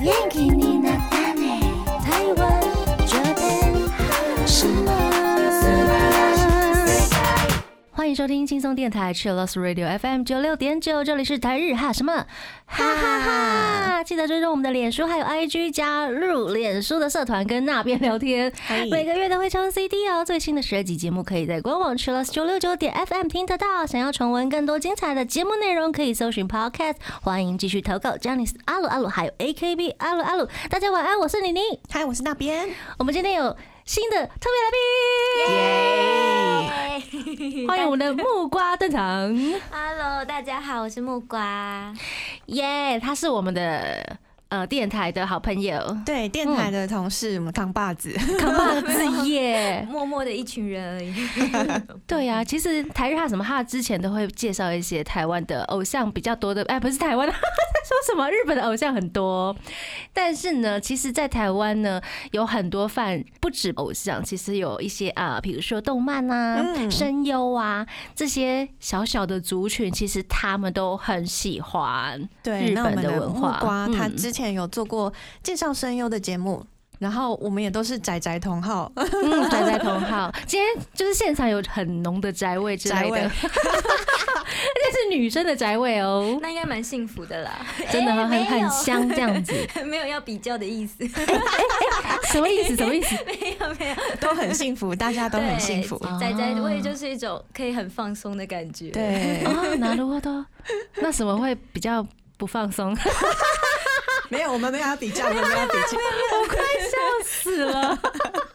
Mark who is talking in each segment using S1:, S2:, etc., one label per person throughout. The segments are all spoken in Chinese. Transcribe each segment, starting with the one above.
S1: 元気になったね台湾这边什么
S2: 欢迎收听轻松电台 Chillus Radio FM 九六点九，这里是台日哈什么哈哈哈！记得追踪我们的脸书还有 IG，加入脸书的社团跟那边聊天，每个月都会抽 CD 哦。最新的十二集节目可以在官网 Chillus 九六九点 FM 听得到。想要重温更多精彩的节目内容，可以搜寻 Podcast。欢迎继续投稿 j a n i c e 阿鲁阿鲁还有 AKB 阿鲁阿鲁。大家晚安，我是妮妮。
S3: 嗨，我是那边。
S2: 我们今天有新的特别来宾，欢迎我们的木瓜登场，
S4: Hello，大家好，我是木瓜。
S2: 耶！他是我们的呃电台的好朋 友，
S3: 对，电台的同事，我们扛把子。
S2: 扛把子耶！
S4: 默默的一群人 而已。
S2: 对呀、其实台日哈什么哈之前都会介绍一些台湾的偶像比较多的，哎，不是台湾， 说什么日本的偶像很多，但是呢，其实，在台湾呢，有很多范不止偶像，其实有一些啊，比如说动漫啊、
S3: 嗯
S2: 声优啊这些小小的族群，其实他们都很喜 欢。
S3: 对，
S2: 日
S3: 那我
S2: 本
S3: 们
S2: 的
S3: 的
S2: 文
S3: 木
S2: 化
S3: 瓜，他
S2: 嗯
S3: 之前有做过介绍声优的节目。然后我们也都是宅宅同好，
S2: 嗯，宅宅同好，今天就是现场有很浓的宅 味之 类
S3: 宅
S2: 的，
S3: 味
S2: 而且是女生的宅味哦，
S4: 那应该蛮幸福的啦，
S3: 哎
S2: 真的很很
S4: 没有
S2: 很香这样子，
S4: 没有要比较的意思，
S2: 什么意思？什么意 思？
S4: 没有没有，
S3: 都很 幸福，大家都很幸福。
S2: 哦
S4: 仔仔味就是一种可以很放松的感觉。，
S3: 对，
S2: 啊，拿了我都，那什么会比较不放 松？
S3: 没有，我们没有要比较，我们没有要比较。
S2: 死了。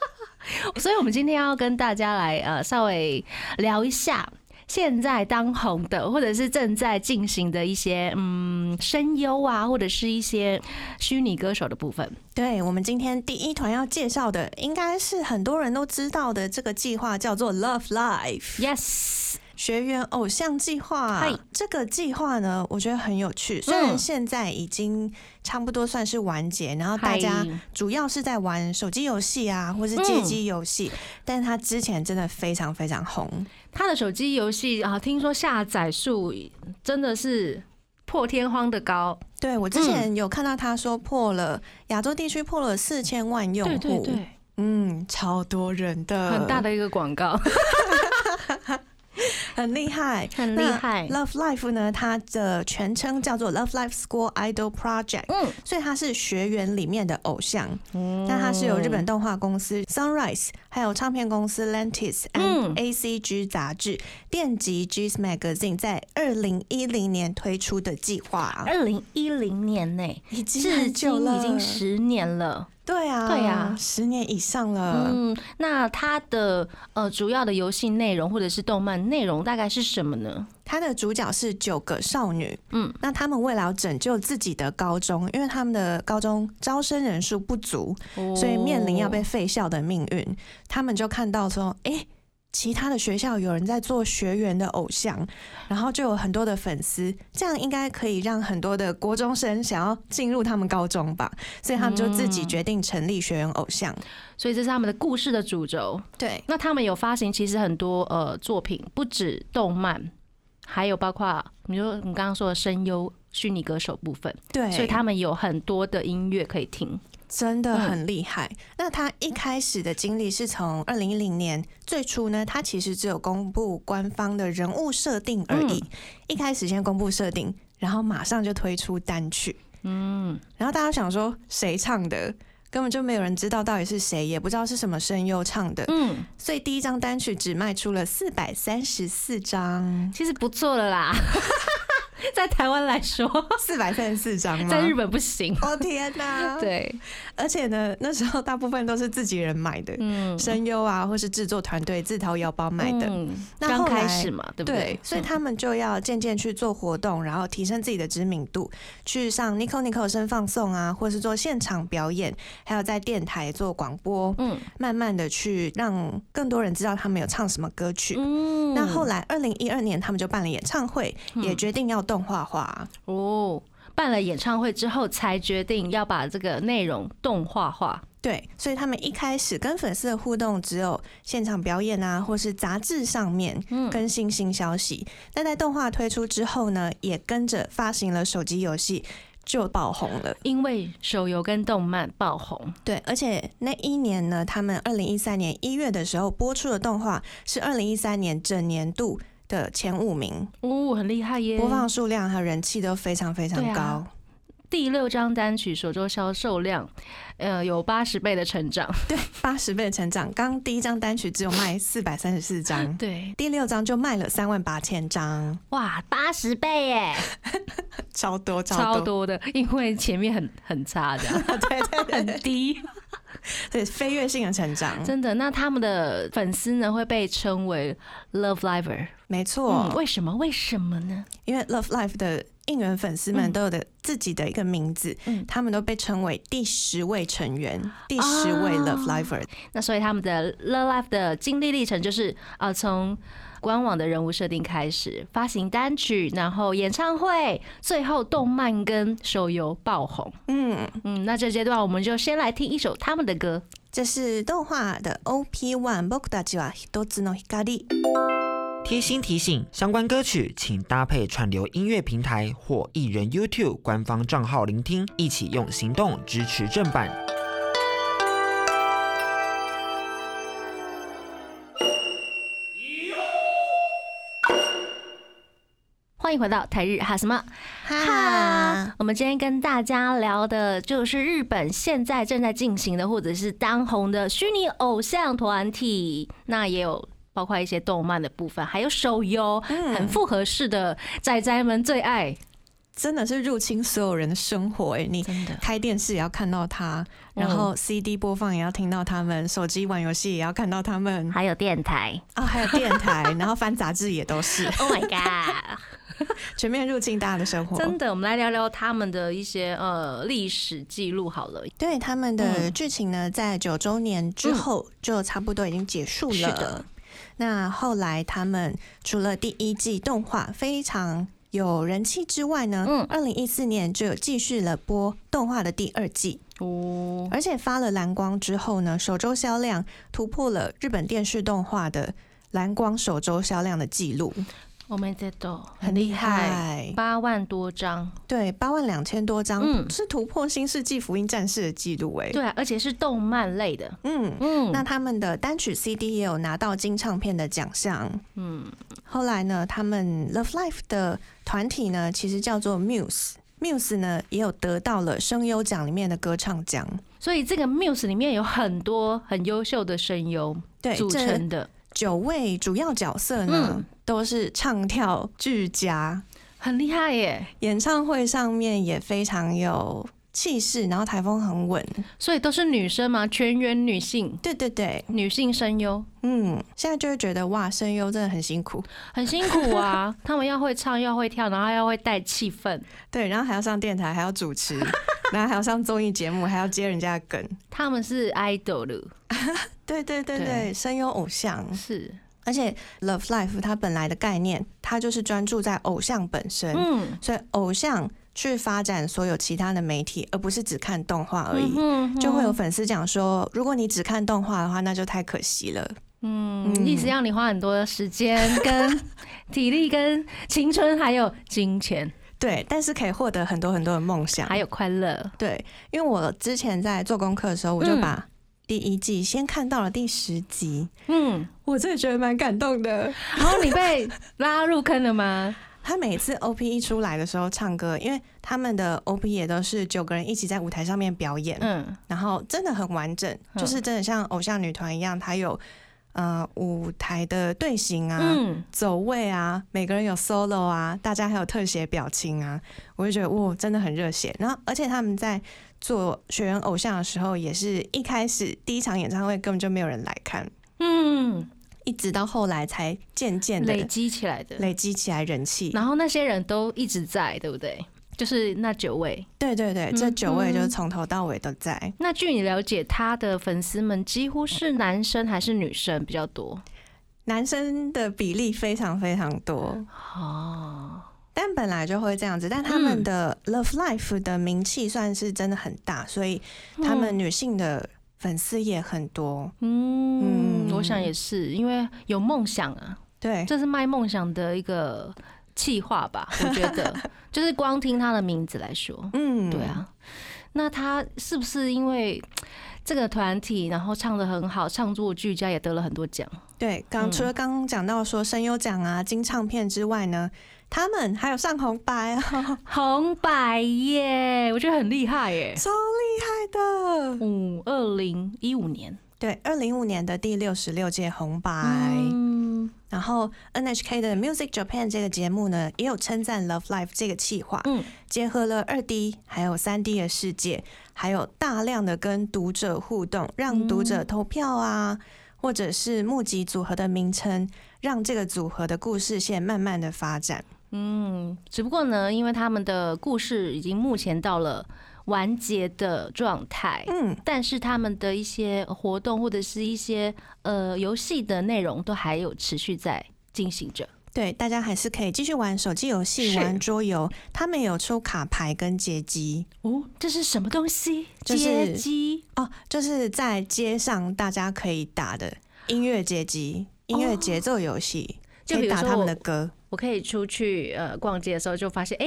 S2: 所以，我们今天要跟大家来呃稍微聊一下现在当红的，或者是正在进行的一些嗯声优啊，或者是一些虚拟歌手的部分。
S3: 对我们今天第一团要介绍的，应该是很多人都知道的这个计划，叫做 Love Life
S2: Yes，
S3: 学员偶像计划
S2: 嗨。嗯
S3: 这个计划呢，我觉得很有趣，虽然现在已经差不多算是完结，然后大家
S2: 嗨嗯
S3: 主要是在玩手机游戏啊，或是街机游戏，但他之前真的非常非常红，
S2: 他的手机游戏啊，听说下载数真的是破天荒的高。
S3: 对我之前
S2: 嗯
S3: 有看到他说破了亚洲地区破了四千万用户，，嗯，超多人的，
S2: 很大，的一个广 告，
S3: 很厉害。
S2: 很厉害。
S3: Love Life 呢，它的全称叫做 Love Life School Idol Project，
S2: 嗯，哦
S3: 所以它是学员里面的偶像。那它是由日本动画公司 Sunrise，还有唱片公司 Lantis
S2: 嗯
S3: and ACG 杂志、电击 G's Magazine 在二零一零年推出的计划，
S2: 二零一零年内，
S3: 已经
S2: 至今
S3: 很久了，
S2: 已经十年了。
S3: 对啊，
S2: 对啊
S3: 十年以上了。
S2: 嗯，那它的呃主要的游戏内容或者是动漫内容大概是什么呢？
S3: 它的主角是九个少女，
S2: 嗯
S3: 嗯，那她们为了要拯救自己的高中，因为他们的高中招生人数不足，所以面临要
S2: 哦
S3: 被废校的命运，他们就看到说，诶，其他的学校有人在做学员的偶像，然后就有很多的粉丝，这样应该可以让很多的国中生想要进入他们高中吧，所以他们就自
S2: 嗯
S3: 己决定成立学员偶像。
S2: 所以这是他们的故事的主轴。
S3: 对，
S2: 那他们有发行其实很多呃作品，不止动漫，还有包括你说你刚刚说的声优、虚拟歌手部分，
S3: 对，
S2: 所以他们有很多的音乐可以听。
S3: 真
S2: 嗯
S3: 的很厉害。那他一开始的经历是从二零一零年最初呢，他其实只有公布官方的人物设定而已。
S2: 嗯
S3: 一开始先公布设定，然后马上就推出单曲。嗯，然后大家想说谁唱的，根本就没有人知道到底是谁，也不知道是什么声优唱的，
S2: 嗯，
S3: 所以第一张单曲只卖出了四百三十 四张，
S2: 其实不错了啦，在台湾来说，
S3: 四百三十四张吗？
S2: 在日本不行。
S3: 哦天 哪！，
S2: 对，
S3: 而且呢， 那时候大部分都是自己人买的，
S2: 嗯，
S3: 声优啊，或是制作团队自掏腰包买的。
S2: 嗯
S3: 那
S2: 刚
S3: 后来
S2: 开始嘛，对不
S3: 对
S2: 对，？
S3: 所以
S2: 嗯
S3: 他们就要渐渐去做活动，然后提升自己的知名度，去上 Nico Nico 声放送啊，或是做现场表演，还有在电台做广播，
S2: 嗯
S3: 慢慢的去让更多人知道他们有唱什么歌曲。
S2: 嗯
S3: 那后来，二零一二年他们就办了演唱会，也决定要动画化。
S2: 哦，办了演唱会之后，才决定要把这个内容动画化。
S3: 对，所以他们一开始跟粉丝的互动只有现场表演啊，或是杂志上面
S2: 嗯
S3: 更新新消息。那在动画推出之后呢，也跟着发行了手机游戏。就爆红了。
S2: 因为手游跟动漫爆红，
S3: 对，而且那一年呢，他们二零一三年一月的时候播出的动画是二零一三年整年度的前五名，
S2: 哦，很厉害耶！
S3: 播放数量和人气都非常非常
S2: 对啊
S3: 高。
S2: 第六张单曲首周销售量，呃，有八十倍的成长。，
S3: 对，八十倍的成长。刚第一张单曲只有卖四百三十四张
S2: 对，
S3: 第六张就卖了三万八千张，
S2: 哇，八十倍耶，
S3: 超多
S2: 超
S3: 超多，
S2: 多的，因为前面很很差的，
S3: 对对对
S2: 很
S3: 对，
S2: 低，
S3: 对飞跃性的成长，
S2: 真的。那他们的粉丝呢会被称为 Love Liver，
S3: 没错
S2: 嗯，。为什么？为什么呢？
S3: 因为 Love Live 的应援粉丝们
S2: 嗯
S3: 都有的自己的一个名字，
S2: 嗯
S3: 他们都被称为第十位成员，第十位 Love Liver。
S2: 那所以他们的 Love Life 的经历历程就是，呃，从官网的人物设定开始，发行单曲，然后演唱会，最后动漫跟手游爆红。
S3: 嗯，
S2: 嗯，那这阶段我们就先来听一首他们的歌。
S3: 这是动画的 OP One《僕たちは一つの光》。
S5: 贴心提醒：相关歌曲请搭配串流音乐平台或艺人 YouTube 官方账号聆听，一起用行动支持正版。
S2: 欢迎回到台日哈什么
S3: 哈，
S2: 我们今天跟大家聊的就是日本现在正在进行的或者是当红的虚拟偶像团体，那也有。包括一些动漫的部分，还有手游，
S3: 嗯
S2: 很复合式的仔仔们最爱，
S3: 真的是入侵所有人的生活哎、你。
S2: 真的
S3: 开电视也要看到他，然后 CD 播放也要听到他们，手机玩游戏也要看到他 们
S2: 还有电台。
S3: 啊、还有电 台，然后翻杂志也都是
S2: Oh my god！
S3: 全面入侵大家的生活。
S2: 真的，我们来聊聊他们的一些呃历史记录好了。
S3: 对他们的
S2: 嗯
S3: 剧情呢，在九周年之后就差不多已经结束了。
S2: 是的
S3: 那后来他们除了第一季动画非常有人气之外呢，
S2: 嗯
S3: 二零一四年就有继续了播动画的第二季，
S2: 哦，
S3: 而且发了蓝光之后呢，首周销量突破了日本电视动画的蓝光首周销量的记录，
S2: 我们这都
S3: 很厉害
S2: 八万多张，
S3: 对，八万两千多张，
S2: 嗯
S3: 是突破《新世纪福音战士》的记录哎、
S2: 对啊，而且是动漫类的。
S3: 嗯，
S2: 嗯，
S3: 那他们的单曲 CD 也有拿到金唱片的奖项。
S2: 嗯
S3: 后来呢，他们 Love Life 的团体呢，其实叫做 Muse。Muse 呢，也有得到了声优奖里面的歌唱奖。
S2: 所以这个 Muse 里面有很多很优秀的声优
S3: 对，
S2: 组
S3: 这
S2: 成的，
S3: 九位主要角色呢，
S2: 嗯
S3: 都是唱跳俱佳，
S2: 很厉害耶。
S3: 演唱会上面也非常有气势，然后台风很稳。
S2: 所以都是女生嘛，全员女性，
S3: 对对对，
S2: 女性声优
S3: 嗯，现在就会觉得哇，声优真的很辛苦。
S2: 很辛苦 啊。他们要会唱，要会跳，然后要会带气氛。
S3: 对，然后还要上电台，还要主 持，然后还要上综艺节目，还要接人家的梗。
S2: 他们是 idol 了
S3: 对对对
S2: 对
S3: 对，声优偶像，
S2: 是
S3: 而且 Love Life 它本来的概念，它就是专注在偶像本身，
S2: 嗯。
S3: 所以偶像去发展所有其他的媒体，而不是只看动画而已。
S2: 嗯哼
S3: 就会有粉丝讲说，如果你只看动画的话，那就太可惜了。
S2: 嗯，意思让你花很多时间、跟体力、跟青春，还有金 钱，
S3: 对，但是可以获得很多很多的梦想。
S2: 还有快乐。
S3: 对，因为我之前在做功课的时候，我就把第一季先看到了第十集，
S2: 嗯，
S3: 我真的觉得蛮感动的。
S2: 然后你被拉入坑了吗？
S3: 他每次 OP 一出来的时候唱歌，因为他们的 OP 也都是九个人一起在舞台上面表演，
S2: 嗯，
S3: 然后真的很完整，
S2: 嗯
S3: 就是真的像偶像女团一样，它有呃舞台的队形啊、
S2: 嗯，
S3: 走位啊，每个人有 solo 啊，大家还有特写表情啊，我就觉得哇，真的很热血。然后而且他们在做学员偶像的时候，也是一开始第一场演唱会根本就没有人来看，
S2: 嗯，
S3: 一直到后来才渐渐
S2: 累
S3: 的
S2: 积起来的。
S3: 累积起来人气。
S2: 然后那些人都一直在，对不对？就是那九位。
S3: 对对对，
S2: 嗯
S3: 这九位就是
S2: 嗯
S3: 从头到尾都在。
S2: 那据你了解，他的粉丝们几乎是男生还是女生比较多？
S3: 男生的比例非常非常多，
S2: 哦，
S3: 但本来就会这样子。但他们的
S2: 嗯
S3: Love Life 的名气算是真的很大，所以他们女性的粉丝也很多。
S2: 嗯，
S3: 嗯哎
S2: 我想也是，因为有梦想啊，
S3: 对
S2: 这是卖梦想的一个气话吧，我觉得就是光听他的名字来说，
S3: 嗯
S2: 对，啊，那他是不是因为这个团体，然后唱的很好，唱作俱佳，也得了很多奖？
S3: 对，刚
S2: 嗯
S3: 除了刚刚讲到说声优奖啊、金唱片之外呢，他们还有上 红白哦，
S2: 红白耶，我觉得很厉害耶。
S3: 超厉害的。
S2: 五二零一五年，
S3: 对，二零一五年的第六十六届红白，哎
S2: 嗯
S3: 然后 NHK 的 Music Japan 这个节目呢，也有称赞 Love Live 这个企划，
S2: 嗯，
S3: 结合了二 D 还有三 D 的世界，还有大量的跟读者互动，让读
S2: 嗯
S3: 者投票啊，或者是募集组合的名称，让这个组合的故事线慢慢的发展。
S2: 嗯，只不过呢，因为他们的故事已经目前到了完结的状态，
S3: 嗯，
S2: 但是他们的一些活动或者是一些呃游戏的内容都还有持续在进行着。
S3: 对，大家还是可以继续玩手机游戏、
S2: 是
S3: 玩桌游，他们有出卡牌跟街机。
S2: 哦，这是什么东西？
S3: 就是
S2: 街机
S3: 哦，就是在街上大家可以打的音乐街机、音乐节奏游戏，
S2: 哦就
S3: 可
S2: 比
S3: 以
S2: 如
S3: 打
S2: 说
S3: 他们
S2: 我
S3: 的歌。
S2: 我可以出去呃逛街的时候就发现，哎、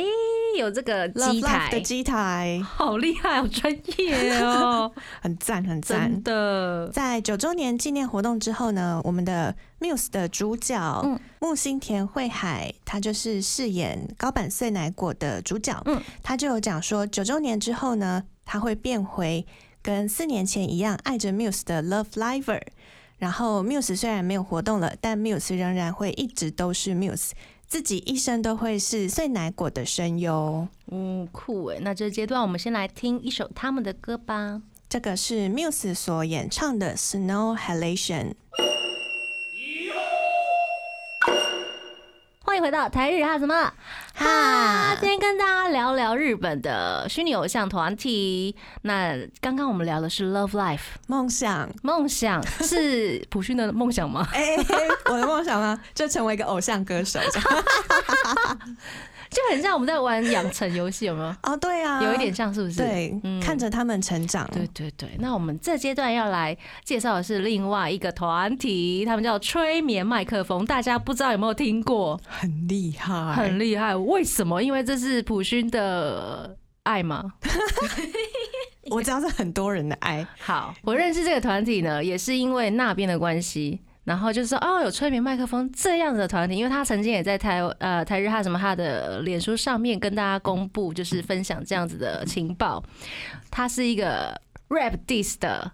S2: 有这个
S3: Love
S2: 机
S3: Live 的
S2: 台，
S3: 机台
S2: 好厉害，好专业 哦，
S3: 很赞，很赞
S2: 真。的。
S3: 在九周年纪念活动之后呢，我们的 Muse 的主角、
S2: 嗯
S3: 木星田惠海，他就是饰演高坂穗乃果的主角。
S2: 嗯
S3: 他就有讲说，九周年之后呢，他会变回跟四年前一样爱着 Muse 的 Love Liver。然后 Muse 虽然没有活动了，但 Muse 仍然会一直都是 Muse，自己一生都会是穗乃果的声优。
S2: 嗯，酷哎！那这阶段我们先来听一首他们的歌吧。
S3: 这个是 Muse 所演唱的《Snow Halation》。
S2: 欢迎回到台日哈什么哈，今天跟大家聊聊日本的虚拟偶像团体。那刚刚我们聊的是 Love Life
S3: 梦想，
S2: 梦想，是普勋的梦想吗？
S3: 哎、我的梦想吗？就成为一个偶像歌手这样。
S2: 就很像我们在玩养成游戏，有没有？
S3: 哦，对啊，
S2: 有一点像，是不是？
S3: 对，
S2: 嗯
S3: 看着他们成长。
S2: 对对对，那我们这阶段要来介绍的是另外一个团体，他们叫催眠麦克风，大家不知道有没有听过？
S3: 很厉害
S2: 很厉害，为什么？因为这是普勋的爱吗？
S3: 我知道是很多人的爱。
S2: 好，我认识这个团体呢，也是因为那边的关系。然后就是说，哦，有催眠麦克风这样子的团体，因为他曾经也在台呃台日哈什么哈的脸书上面跟大家公布，就是分享这样子的情报。他是一个 rap diss 的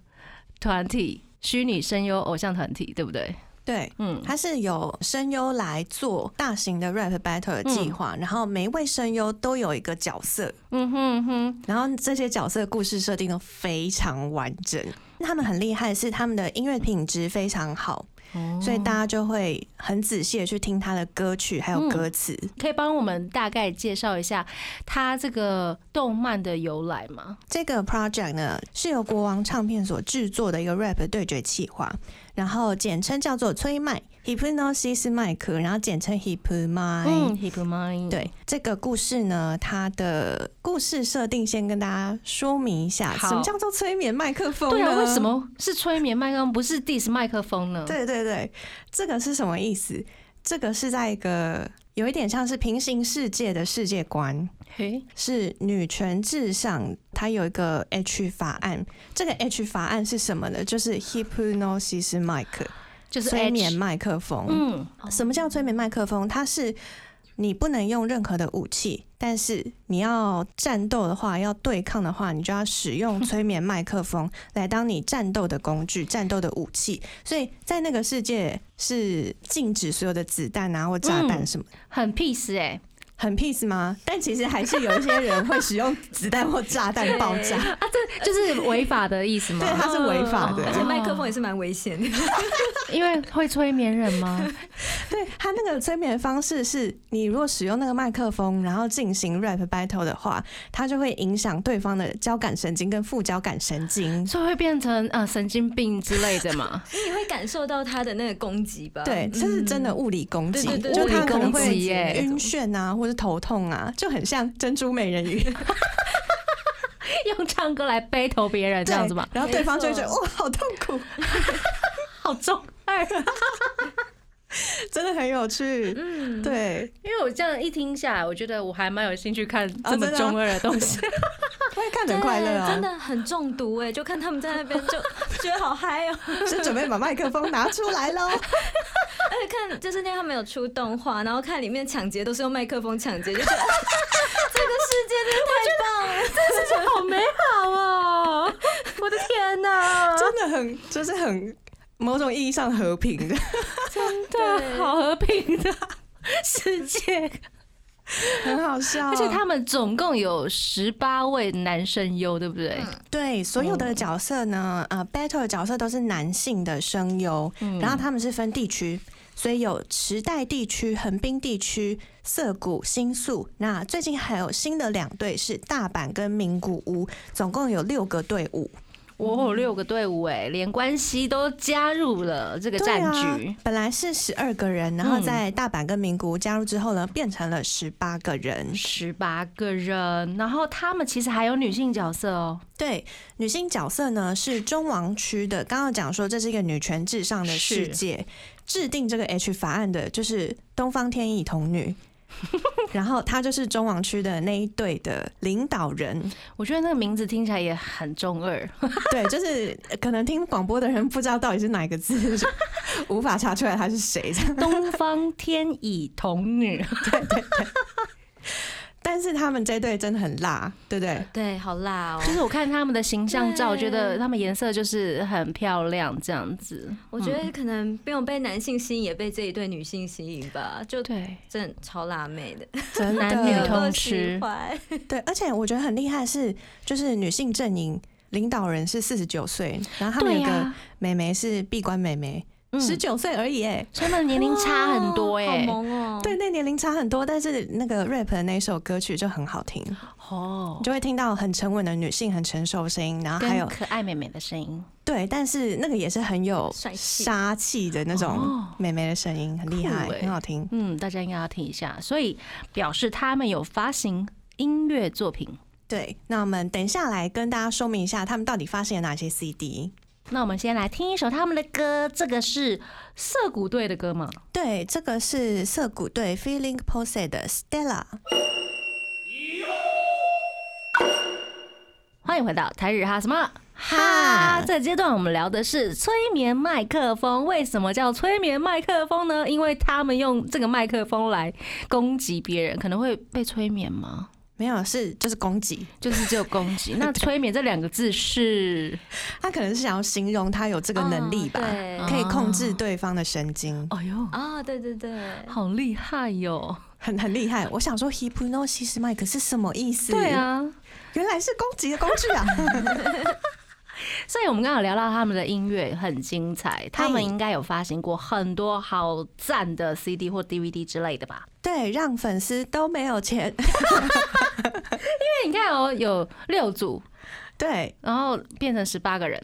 S2: 团体，虚拟声优偶像团体，对不对？
S3: 对，
S2: 嗯，
S3: 他是有声优来做大型的 rap battle 的计划，然后每一位声优都有一个角色，
S2: 嗯哼嗯哼，
S3: 然后这些角色的故事设定都非常完整。他们很厉害，是他们的音乐品质非常好，所以大家就会很仔细的去听他的歌曲还有歌词。
S2: 可以帮我们大概介绍一下他这个动漫的由来吗？
S3: 这个 project 呢是由国王唱片所制作的一个 rap 对决企划，然后简称叫做催麦 （Hypnosis Mike），然后简称 Hip 麦。
S2: 嗯，Hip Mind，，
S3: 对这个故事呢，它的故事设定先跟大家说明一下，
S2: 好
S3: 什么叫做催眠麦克风呢？
S2: 对啊，为什？么是催眠麦克风，不是 diss 麦克风呢？
S3: 对对对，这个是什么意思？这个是在一个有一点像是平行世界的世界观，
S2: 嘿，
S3: 是女权至上，它有一个 H 法案。这个 H 法案是什么呢？就是 hypnosis mic，
S2: 就是
S3: 催眠
S2: H
S3: 麦克风。
S2: 嗯，
S3: 什么叫催眠麦克风？它是你不能用任何的武器，但是你要战斗的话，要对抗的话，你就要使用催眠麦克风来当你战斗的工具、战斗的武器。所以在那个世界是禁止所有的子弹啊或炸弹
S2: 嗯
S3: 什么的。
S2: 很 peace 哎、
S3: 很 peace 吗？但其实还是有一些人会使用子弹或炸弹爆炸，
S4: 嗯
S2: 啊就是违法的意思吗
S3: 对，？啊它是违法
S4: 而且
S3: 的。
S4: 麦克风也是蛮危险的，
S2: 因为会催眠人吗？
S3: 对，它那个催眠方式是，你如果使用那个麦克风，然后进行 rap battle 的话，它就会影响对方的交感神经跟副交感神
S4: 嗯
S3: 经。
S2: 所以会变成啊、呃神经病之类的嘛？
S4: 你会感受到他的那个攻击吧？
S3: 对，这是真的物理攻击，
S4: 嗯对对对
S3: 就
S4: 物
S3: 它
S4: 理
S3: 可能
S4: 攻
S3: 会
S4: 击耶
S3: 晕眩啊，或者头痛啊，就很像珍珠美人鱼
S2: 用唱歌来 battle 别人这样子嘛
S3: 对？然后对方就会觉得
S4: 没错
S2: 啊
S3: 哇，好痛苦。
S2: 好中二。
S3: 真的很有趣。
S2: 嗯，
S3: 对，
S2: 因为我这样一听下来，我觉得我还蛮有兴趣看
S3: 啊
S2: 这么
S3: 真的啊
S2: 中二的东西。
S3: 我也看得很快乐啊，
S4: 真的很中毒哎、就看他们在那边就 觉得好嗨哦、
S3: 是准备把麦克风拿出来喽。
S4: 而且看就是那天他们有出动画，然后看里面抢劫都是用麦克风抢劫，就觉得 这个世界真的太棒了。
S2: 好美好哦！我的天 哪，
S3: 真的很就是很某种意义上和平的，
S2: 真的啊好和平的世界，
S3: 很好笑。
S2: 而且他们总共有十八位男声优，对不对？
S3: 对所有的角色呢，呃，battle 的角色都是男性的声优，然后他们是分地区。所以有池袋地区、横滨地区、涩谷、新宿，那最近还有新的两队是大阪跟名古屋，总共有六个队伍。
S2: 我有六个队伍哎，连关系都加入了这个
S3: 对
S2: 战
S3: 啊
S2: 局。、
S3: 本来是十二个人，然后
S2: 嗯
S3: 在大阪跟名古屋加入之后呢，变成了十八个人。
S2: 十八个人，然后他们其实还有女性角色哦，
S3: 对，女性角色呢是中王区的。刚刚讲说这是一个女权至上的世
S2: 是
S3: 界，制定这个 H 法案的就是东方天意 童女，然后她就是中王区的那一队的领导人。
S2: 我觉得那个名字听起来也很中 二，
S3: 对，就是呃可能听广播的人不知道到底是哪一个字， 就无法查出来她是谁。这样
S2: 东方天乙童女，
S3: 哦但是他们这队真的很辣，对不对？
S4: 对，好辣哦、
S2: 就是我看他们的形象照，我
S4: 对
S2: 觉得他们颜色就是很漂亮这样子。
S4: 我觉得可能没有被男性吸引，也被这一对女性吸引吧，就
S2: 对，
S4: 真的超辣妹的，
S3: 真的
S2: 男女通吃
S4: 喜欢。
S3: 对，而且我觉得很厉害的是，就是女性阵营领导人是四十九岁，然后他们
S2: 对啊
S3: 有一个
S2: 呀，
S3: 妹妹是闭关妹妹，
S2: 嗯
S3: 十九岁而已耶、
S2: 所以他们的年龄差很多
S4: 哇好
S2: 哎。
S4: 萌哦、
S3: 对，那年龄差很多，但是那个 rap 的那首歌曲就很好听，
S2: 哦
S3: 你，就会听到很沉稳的女性、很成熟的声音，然后还
S2: 跟
S3: 有
S2: 可爱妹妹的声音，
S3: 对，但是那个也是很有
S4: 帅气
S3: 杀气的那种
S2: 哦
S3: 妹妹的声音，很厉害
S2: 酷，欸
S3: 很好听。
S2: 嗯，大家应该要听一下。所以表示他们有发行音乐作品。
S3: 对，那我们等一下来跟大家说明一下，他们到底发行了哪些 CD。
S2: 那我们先来听一首他们的歌，这个是涩谷队的歌嘛？
S3: 对，这个是涩谷队 Feeling Pose 的 Stella。
S2: 欢迎回到台日哈什么哈
S3: 哈？
S2: 这阶段我们聊的是催眠麦克风。为什么叫催眠麦克风呢？因为他们用这个麦克风来攻击别人，可能会被催眠吗？
S3: 没有，是就是攻击，
S2: 就是只有攻击。 那催眠这两个字是
S3: 他可能是想要形容他有这个能力吧，
S4: 哦对
S3: 可以控制对方的神经，
S2: 哎呦，
S4: 啊、对对对，
S2: 好厉害哟！
S3: 很很厉 害。我想说 hypnosis mic 是什么意思？
S2: 对，啊，
S3: 原来是攻击的工具 啊！
S2: 所以我们刚刚有聊到他们的音乐很精彩，他们应该有发行过很多好赞的 CD 或 DVD 之类的吧？
S3: 对，让粉丝都没有钱。
S2: 因为你看哦，有六组，
S3: 对，
S2: 然后变成十八个人。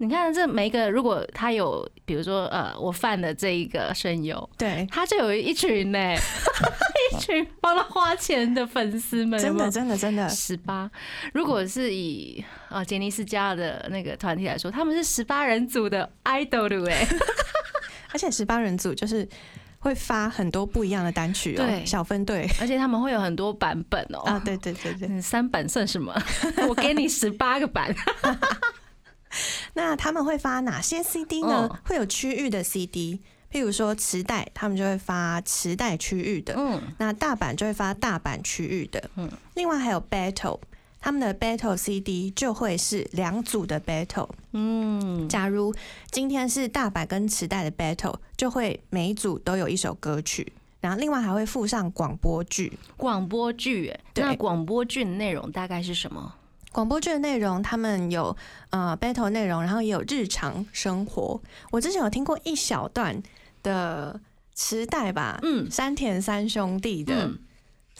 S2: 你看这每一个，如果他有，比如说呃，我犯了这一个声优，
S3: 对，
S2: 他就有一群 呢、一群帮他花钱的粉丝们，
S3: 真的，真的，真的，
S2: 十八。如果是以呃杰尼斯家的那个团体来说，他们是十八人组的 idol 对不对？
S3: 而且十八人组就是会发很多不一样的单曲哦
S2: 对，
S3: 小分队
S2: 而且他们会有很多版本哦。
S3: 啊，对对对对。
S2: 嗯，三版算 什么？我给你十八个版。
S3: 那他们会发哪些 CD 呢？
S2: 嗯
S3: 会有区域的 CD，譬如说磁带，他们就会发磁带区域的。
S2: 嗯，
S3: 那大阪就会发大阪区域的，嗯，另外还有 battle，他们的 battle CD 就会是两组的 battle，嗯，假如今天是大阪跟池袋的 battle，就会每一组都有一首歌曲，然后另外还会附上广播剧，
S2: 广播剧耶，
S3: 对
S2: 那广播剧的内容大概是什么？
S3: 广播剧的内容他们有呃 battle 内容，然后也有日常生活，我之前有听过一小段的池袋吧，
S2: 嗯
S3: 山田三兄弟的。
S2: 嗯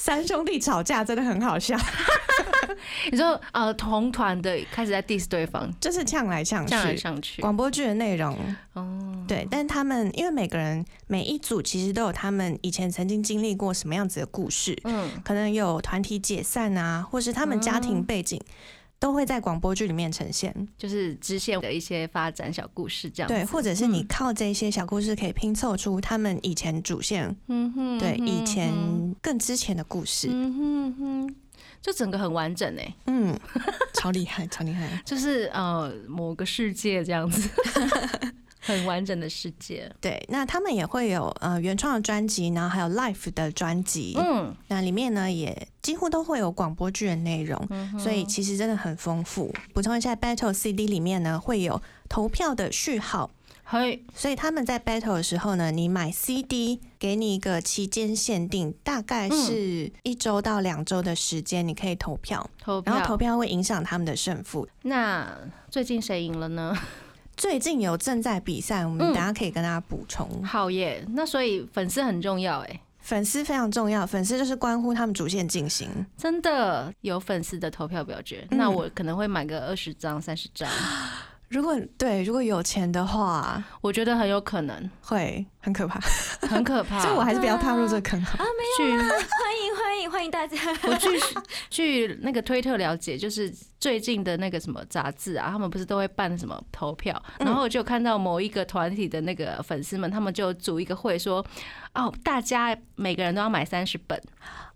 S3: 三兄弟吵架真的很好笑，嗯
S2: 你说呃，同团的开始在 diss 对方，
S3: 就是呛来呛
S2: 这样来
S3: 去。
S2: 上去。
S3: 广播剧的内容，
S2: 哦，
S3: 对，但他们因为每个人每一组其实都有他们以前曾经经历过什么样子的故事，
S2: 嗯，
S3: 可能有团体解散啊，或是他们家庭背景。都会在广播剧里面呈现。
S2: 就是支线的一些发展小故事这样。
S3: 对，或者是你
S2: 嗯
S3: 靠这些小故事可以拼凑出他们以前主线，
S2: 嗯哼
S3: 对以前
S2: 嗯
S3: 更之前的故事。
S2: 哼嗯哼，就整个很完整哎，
S3: 嗯，超厉害，超厉害。
S2: 就是呃某个世界这样 子，很完整的世界。
S3: 对，那他们也会有呃原创的专辑，然后还有 l i f e 的专辑。
S2: 嗯，
S3: 那里面呢也几乎都会有广播剧的内容，
S2: 嗯
S3: 所以其实真的很丰富。补充一下，Battle CD 里面呢会有投票的序号，
S2: 嘿，
S3: 所以他们在 Battle 的时候呢，你买 CD 给你一个期间限定，大概
S2: 嗯
S3: 是一周到两周的时间，你可以投票，
S2: 投
S3: 然
S2: 票。
S3: 后投票会影响他们的胜负。
S2: 那最近谁赢了呢？
S3: 最近有正在比赛，我们
S2: 嗯
S3: 等下可以跟大家补充。
S2: 好耶，那所以粉丝很重要哎，
S3: 粉丝非常重要，粉丝就是关乎他们主线进行。
S2: 真的有粉丝的投票表决，
S3: 嗯
S2: 那我可能会买个二十张、三十张，
S3: 如果对，如果有钱的话，
S2: 我觉得很有可能，
S3: 会很可怕。
S2: 很可怕。
S3: 所以我还是不要踏入这个坑好。
S2: 去，
S4: 欢迎欢迎欢迎 大家！
S2: 我去去那个推特了解，就是最近的那个什么杂志啊，他们不是都会办什么投票，
S3: 嗯
S2: 然后我就看到某一个团体的那个粉丝们，他们就组一个会说，哦，大家每个人都要买三十本，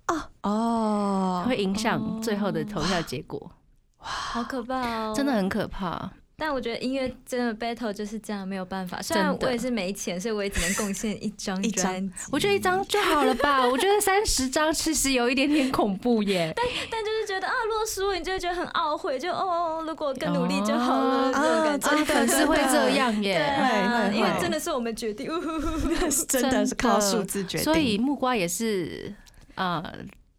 S3: 哦，
S2: 啊会影响最后的投票结果，
S4: 好可怕哦，
S2: 真的。很可怕。
S4: 但我觉得音乐真的 battle 就是这样，没有办法。虽然
S2: 真的
S4: 我也是没钱，所以我也只能贡献一张
S3: 一张
S4: 专辑。
S2: 我觉得一张就好了 吧，我觉得三十张其实有一点点恐怖 耶。
S4: 但就是觉得啊，如果输了，你就会觉得很懊悔，就哦，如果更努力就好了、
S2: 哦
S4: 这种感觉。
S3: 啊真的
S2: 粉丝会这样
S4: 对
S2: 耶，
S4: 啊，
S3: 会会
S4: 因为
S3: 会
S4: 真的是我们决定。呜呼呼
S3: 真
S2: 真
S3: 的是靠
S2: 的
S3: 数字决定。
S2: 所以木瓜也是呃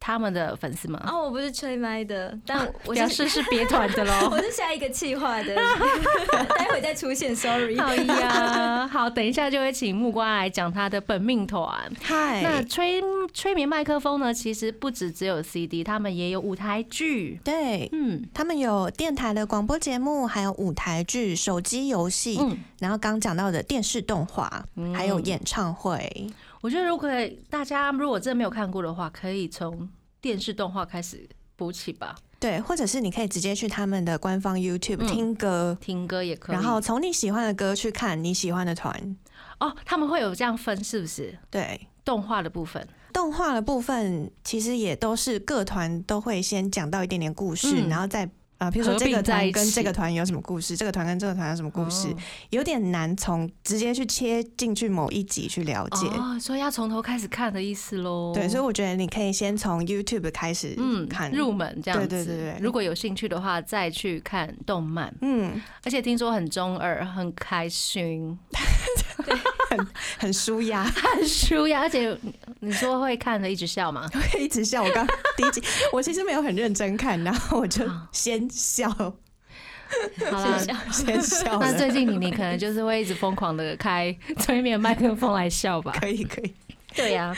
S2: 他们的粉丝吗？
S4: 啊，我不是吹麦的，但 我
S2: 表
S4: 是
S2: 示是别团的喽
S4: 我。是下一个气话的， 待会再出现，sorry。
S2: 好 呀，好，等一下就会请木瓜来讲他的本命团。那
S3: 嗨，
S2: 催催眠麦克风呢？其实不止只有 CD，他们也有舞台剧。
S3: 对
S2: 嗯
S3: 他们有电台的广播节目，还有舞台剧、手机游戏，
S2: 嗯，
S3: 然后刚讲到的电视动画，
S2: 嗯
S3: 还有演唱会。
S2: 我觉得如果可以大家如果真的没有看过的话，可以从电视动画开始补起吧，
S3: 对，或者是你可以直接去他们的官方 YouTube
S2: 嗯
S3: 听歌，
S2: 听歌也可以。
S3: 然后从你喜欢的歌去看你喜欢的团。
S2: 哦，他们会有这样分，是不是？
S3: 对，
S2: 动画的部分，
S3: 动画的部分其实也都是各团都会先讲到一点点故事，
S2: 嗯
S3: 然后再啊，比如说
S2: 合
S3: 这个
S2: 并在
S3: 团
S2: 一
S3: 跟
S2: 起
S3: 这个团有什么故事，这个团跟这个团有什么故事，
S2: 哦
S3: 有点难从直接去切进去某一集去了解。
S2: 哦，所以要从头开始看的意思喽。
S3: 对，所以我觉得你可以先从 YouTube 开始
S2: 嗯
S3: 看，
S2: 入门这样子。
S3: 对对对对
S2: 如果有兴趣的话，再去看动漫，
S3: 嗯，
S2: 而且听说很中二，很开心，
S3: 很舒压，
S2: 很舒压。而且你你说会看的一直笑 吗？
S3: 会一直笑。我刚第一集，我其实没有很认真看，然后我就先 笑，
S2: 好啦。
S3: 先笑
S2: 那
S3: 了。
S2: 最近你你可能就是会一直疯狂的开催眠麦克风来笑 吧？
S3: 可以可以，
S2: 对呀、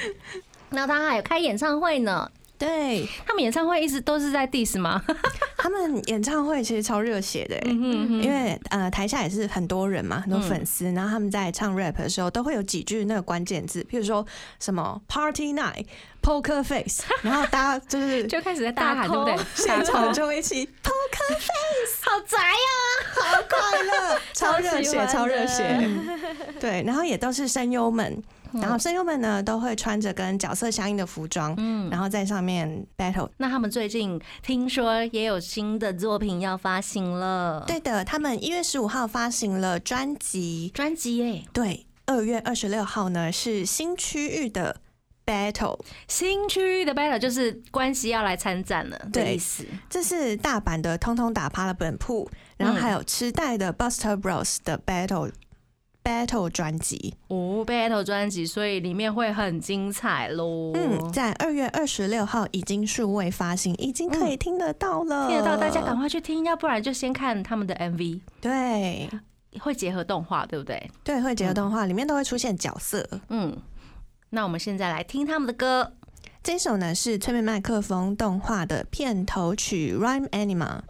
S2: 那他还有开演唱会呢，
S3: 对
S2: 他们演唱会一直都是在 diss 吗？
S3: 他们演唱会其实超热血的、欸，
S2: 嗯
S3: 因为呃台下也是很多人嘛，很多
S2: 嗯
S3: 粉丝，然后他们在唱 rap 的时候都会有几句那个关键字，譬如说什么 party night、poker face，然后大家就是
S2: 就开始在
S4: 大
S2: 大喊，对不对？
S3: 现场就会一起 poker face，
S2: 好宅哦 呀、
S3: 好快乐， 超热
S4: 喜
S3: 血，
S4: 欢
S3: 超热
S4: 的
S3: 血，
S2: 嗯
S3: 对，然后也都是声优们。然后声优们呢都会穿着跟角色相应的服装，嗯，然后在上面 battle。
S2: 那他们最近听说也有新的作品要发行了，，
S3: 对的，他们一月十五号发行了专辑
S2: 专辑耶，
S3: 对，二月二十六号呢是新区域的 battle，
S2: 新区域的 battle 就是关系要来参战了的
S3: 对
S2: 意思。
S3: 这是大阪的通通打趴的本铺，然后还有痴呆的 Buster Bros 的 battle battle 专辑，
S2: 哦，battle 专辑，所以里面会很精彩喽。
S3: 嗯，在二月二十六号已经数位发行，已经可以听得到了，
S2: 嗯听得到，大家赶快去听，要不然就先看他们的 MV，
S3: 对
S2: 会结合动画，对不对？
S3: 对，会结合动画，里面都会出现角色。
S2: 嗯，那我们现在来听他们的歌。
S3: 这首呢是催眠麦克风动画的片头曲《Rhyme Anima》。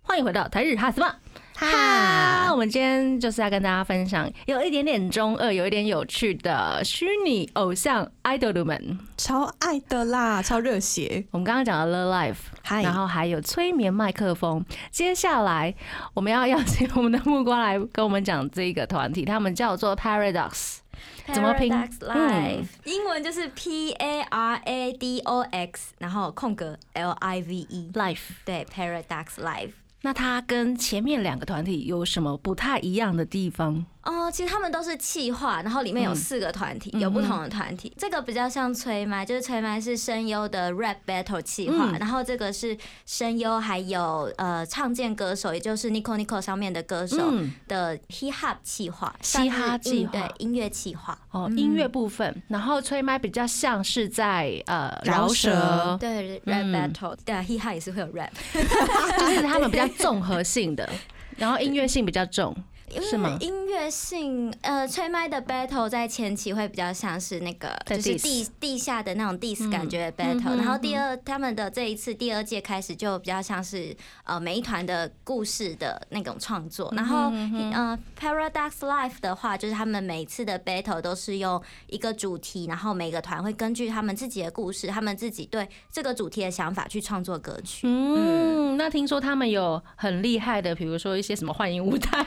S2: 欢迎回到台日哈什么哈，我们今天就是要跟大家分享有一点点中二、有一点有趣的虚拟偶像 idol 们。
S3: 超爱的啦，超热 血，
S2: 我们刚刚讲了 Love Life，
S3: 嗨，
S2: 然后还有催眠麦克风。接下来我们要邀请我们的目光来跟我们讲这个团体，他们叫做 Paradox。怎么拼
S4: Paradox
S2: 嗯
S4: Life，英文就是 P A R A D O X，然后空格 L I V E，
S2: Life，
S4: 对，Paradox Life。
S2: 那它跟前面两个团体有什么不太一样的地方？
S4: 哦，其实他们都是企划，然后里面有四个团体，
S2: 嗯
S4: 有不同的团体。这个比较像催麦，就是催麦是声优的 rap battle 企划，
S2: 嗯
S4: 然后这个是声优还有呃唱见歌手，也就是 Nico Nico 上面的歌手
S2: 嗯，
S4: 的 hip hop 企划，
S2: 嘻哈
S4: 算是音
S2: 企划
S4: 对音乐企划。
S2: 哦，音乐部分，然后吹麦比较像是在呃
S3: 饶
S2: 饶舌
S3: 舌，
S4: 对 rap
S2: 嗯
S4: battle，、对啊，hip hop 也是会有 rap，
S2: 就是他们比较综合性的，然后音乐性比较重。
S4: 因
S2: 是吗
S4: 为音乐性，呃，吹麦的 battle 在前期会比较像是那个，
S2: 在
S4: 就是
S2: diss
S4: 地地下的那种 diss
S2: 嗯
S4: 感觉的
S2: 嗯
S4: battle，、
S2: 哼
S4: 然后第二他们的这一次第二届开始就比较像是呃每一团的故事的那种创
S2: 嗯
S4: 作，然后呃 Paradox Life 的话，就是他们每次的 battle 都是用一个主题，然后每个团会根据他们自己的故事，他们自己对这个主题的想法去创作歌曲。
S2: 嗯，那听说他们有很厉害的，比如说一些什么幻影舞台，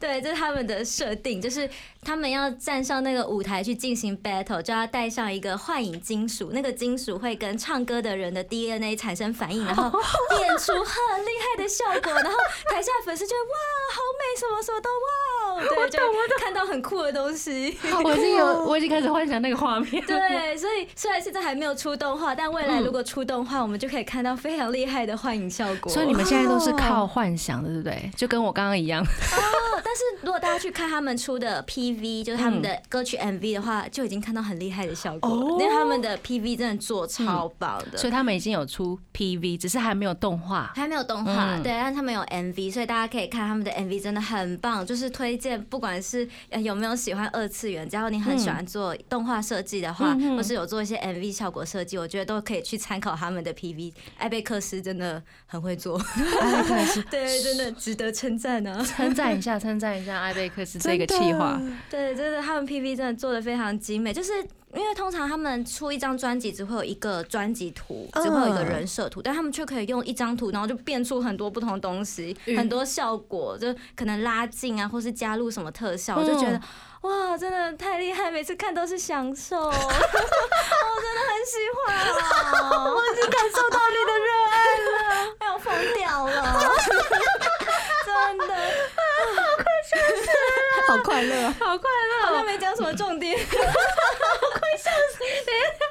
S4: 对，这是他们的设定，就是他们要站上那个舞台去进行 battle，就要带上一个幻影金属，那个金属会跟唱歌的人的 DNA 产生反应，然后变出很厉害的效果，然后台下粉丝就会哇，好美，什么什么都哇哦，对，就会看到很酷的东 西。
S2: 我已经有，我已经开始幻想那个画面。
S4: 对，所以虽然现在还没有出动画，但未
S2: 嗯
S4: 来如果出动画，我们就可以看到非常厉害的幻影效果。
S2: 所以你们现在都是靠幻想的，对不对？就跟我刚刚一样。
S4: 哦，但是如果大家去看他们出的 PV，就是他们的歌曲 MV 的话，就已经看到很厉害的效果了，
S2: 嗯哦嗯
S4: 因为他们的 PV 真的做超棒的。
S2: 所以他们已经有出 PV，只是还没有动画。
S4: 还没有动画，
S2: 嗯
S4: 对，但是他们有 MV，所以大家可以看他们的 MV，真的很棒。就是推荐，不管是呃有没有喜欢二次元，只要你很喜欢做动画设计的话，
S2: 嗯嗯
S4: 或是有做一些 MV 效果设计，我觉得都可以去参考他们的 PV。艾贝克斯真的很 会做，
S2: 哎
S3: 艾克斯
S4: 对，真的值得称赞啊。
S2: 称赞一下，称赞一下艾贝克斯这个
S3: 真
S2: 企
S3: 的
S2: 划。
S4: 对，真的，他们 PV 真的做的非常精美，就是。因为通常他们出一张专辑只会有一个专辑图，
S3: 嗯
S4: 只会有一个人设图，但他们却可以用一张图，然后就变出很多不同的东西，
S2: 嗯
S4: 很多效果，就可能拉近啊，或是加入什么特效，
S2: 嗯
S4: 我就觉得哇，真的太厉害，每次看都是享 受，我真的很喜欢、哦，我已经感受到你的热爱 了，要疯掉了， 真的，
S3: 好快乐，
S4: 好 像没讲什么重点。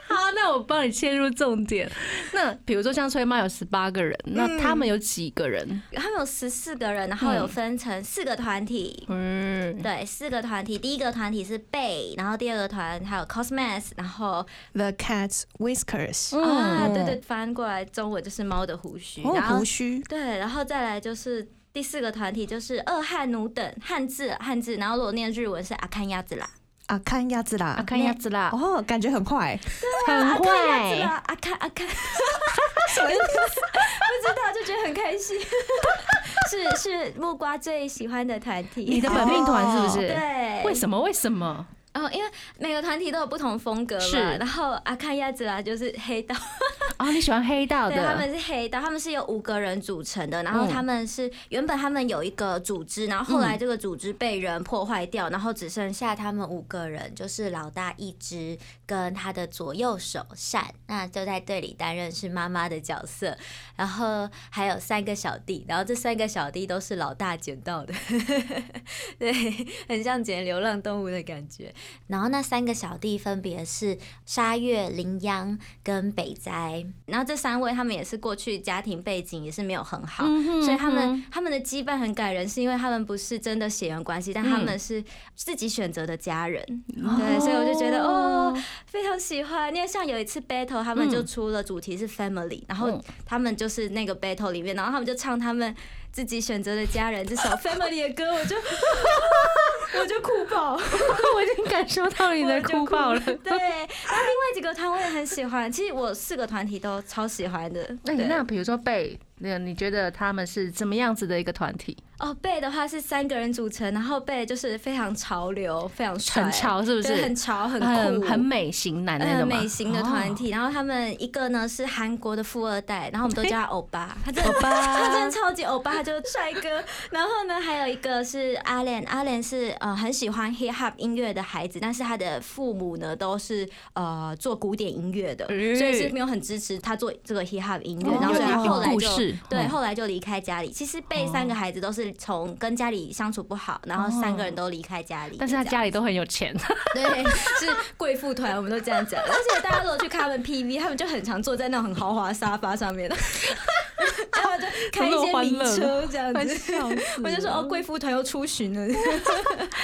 S2: 好，那我帮你切入重点。那比如说像崔妈有十八个人，那他们有几个人？
S4: 他们有十四个人，然后有分成四个团体。
S2: 嗯，
S4: 对，四个团体，第一个团体是贝，然后第二个团还有 Cosmas，然后、
S3: The Cat's
S2: 哦
S3: Whiskers，
S4: 啊，对对，翻过来中文就是猫的胡须，
S3: 哦
S4: 然，后
S3: 胡须，
S4: 对，然后再来就是第四个团体就是二汉奴等汉字汉字，然后如果念日文是阿看鸭子啦，
S3: 啊，看鸭子
S2: 啊，
S3: 啦，
S2: 看一下子啦，
S3: 哦，感觉很快，
S2: 很
S4: 阿看鸭子
S2: 会。
S4: 啦，阿看阿看，什么意思？不知道就觉得很开心， 是是木瓜最喜欢的团体，
S2: 你的本命团是不是？
S4: 哦对，
S2: 为什么？为什 么？
S4: 哦，因为每个团体都有不同风格嘛。
S2: 是
S4: 然后阿看亚子啦，就是黑道，
S2: 哦，你喜欢黑道
S4: 对，他
S2: 的？
S4: 们是黑道，他们是由五个人组成的。然后
S2: 嗯
S4: 他们是、原本他们有一个组织，然后后来这个组织被人破坏掉，然后只剩下他们五个人，就是老大一只跟他的左右手善，那就在队里担任是妈妈的角色。然后还有三个小弟，然后这三个小弟都是老大捡到的， 对，很像捡流浪动物的感觉。然后那三个小弟分别是沙月、林央跟北斋，然后这三位他们也是过去家庭背景也是没有很好，
S2: 嗯
S4: 所以他们、他们的羁绊很感人，是因为他们不是真的血缘关系，但他们是自己选择的家人，
S2: 嗯
S4: 对，所以我就觉得哦，非常喜欢。因为像有一次 battle，他们就出了主题是 family，、然后
S2: 嗯
S4: 他们就是那个 battle 里面，然后他们就唱他们自己选择的家人这 首 family 的歌，我就 我就哭 爆。
S2: 我已经感受到你的哭爆 了。
S4: 对，然后另外几个团我也很喜欢，其实我四个团体都超喜欢的。
S2: 哎那你
S4: 对
S2: 那比如说被那你觉得他们是怎么样子的一个团体？
S4: 哦，贝的话是三个人组成，然后贝就是非常潮流，非常帅，
S2: 很潮是不是
S4: 对很潮，很酷，
S2: 很很美型男那
S4: 呃，
S2: 种吗哦
S4: 美型的团体，然后他们一个呢是韩国的富二代，然后我们都叫他欧巴， 他真的
S2: 欧巴
S4: 他真的超级欧巴，他就是帅哥。然后呢，还有一个是阿莲，阿莲是呃很喜欢 hip hop 音乐的孩子，但是他的父母呢都是呃做古典音乐的，
S2: 嗯
S4: 所以是没有很支持他做这个 hip hop 音乐，
S2: 哦
S4: 然后所以他
S2: 有
S4: 后来
S2: 故
S4: 就
S2: 事
S4: 对
S2: 嗯
S4: 后来就离开家里。其实被三个孩子都是从跟家里相处不好，然后三个人都离开家里，
S2: 哦但是他
S4: 这样
S2: 家里都很有钱，
S4: 对，是贵妇团，我们都这样讲。而且大家如果去看他们 PV，他们就很常坐在那种很豪华沙发上面， 然后就开一些名车这 样子。
S2: 笑死
S4: 我就说哦，贵妇团又出巡 了。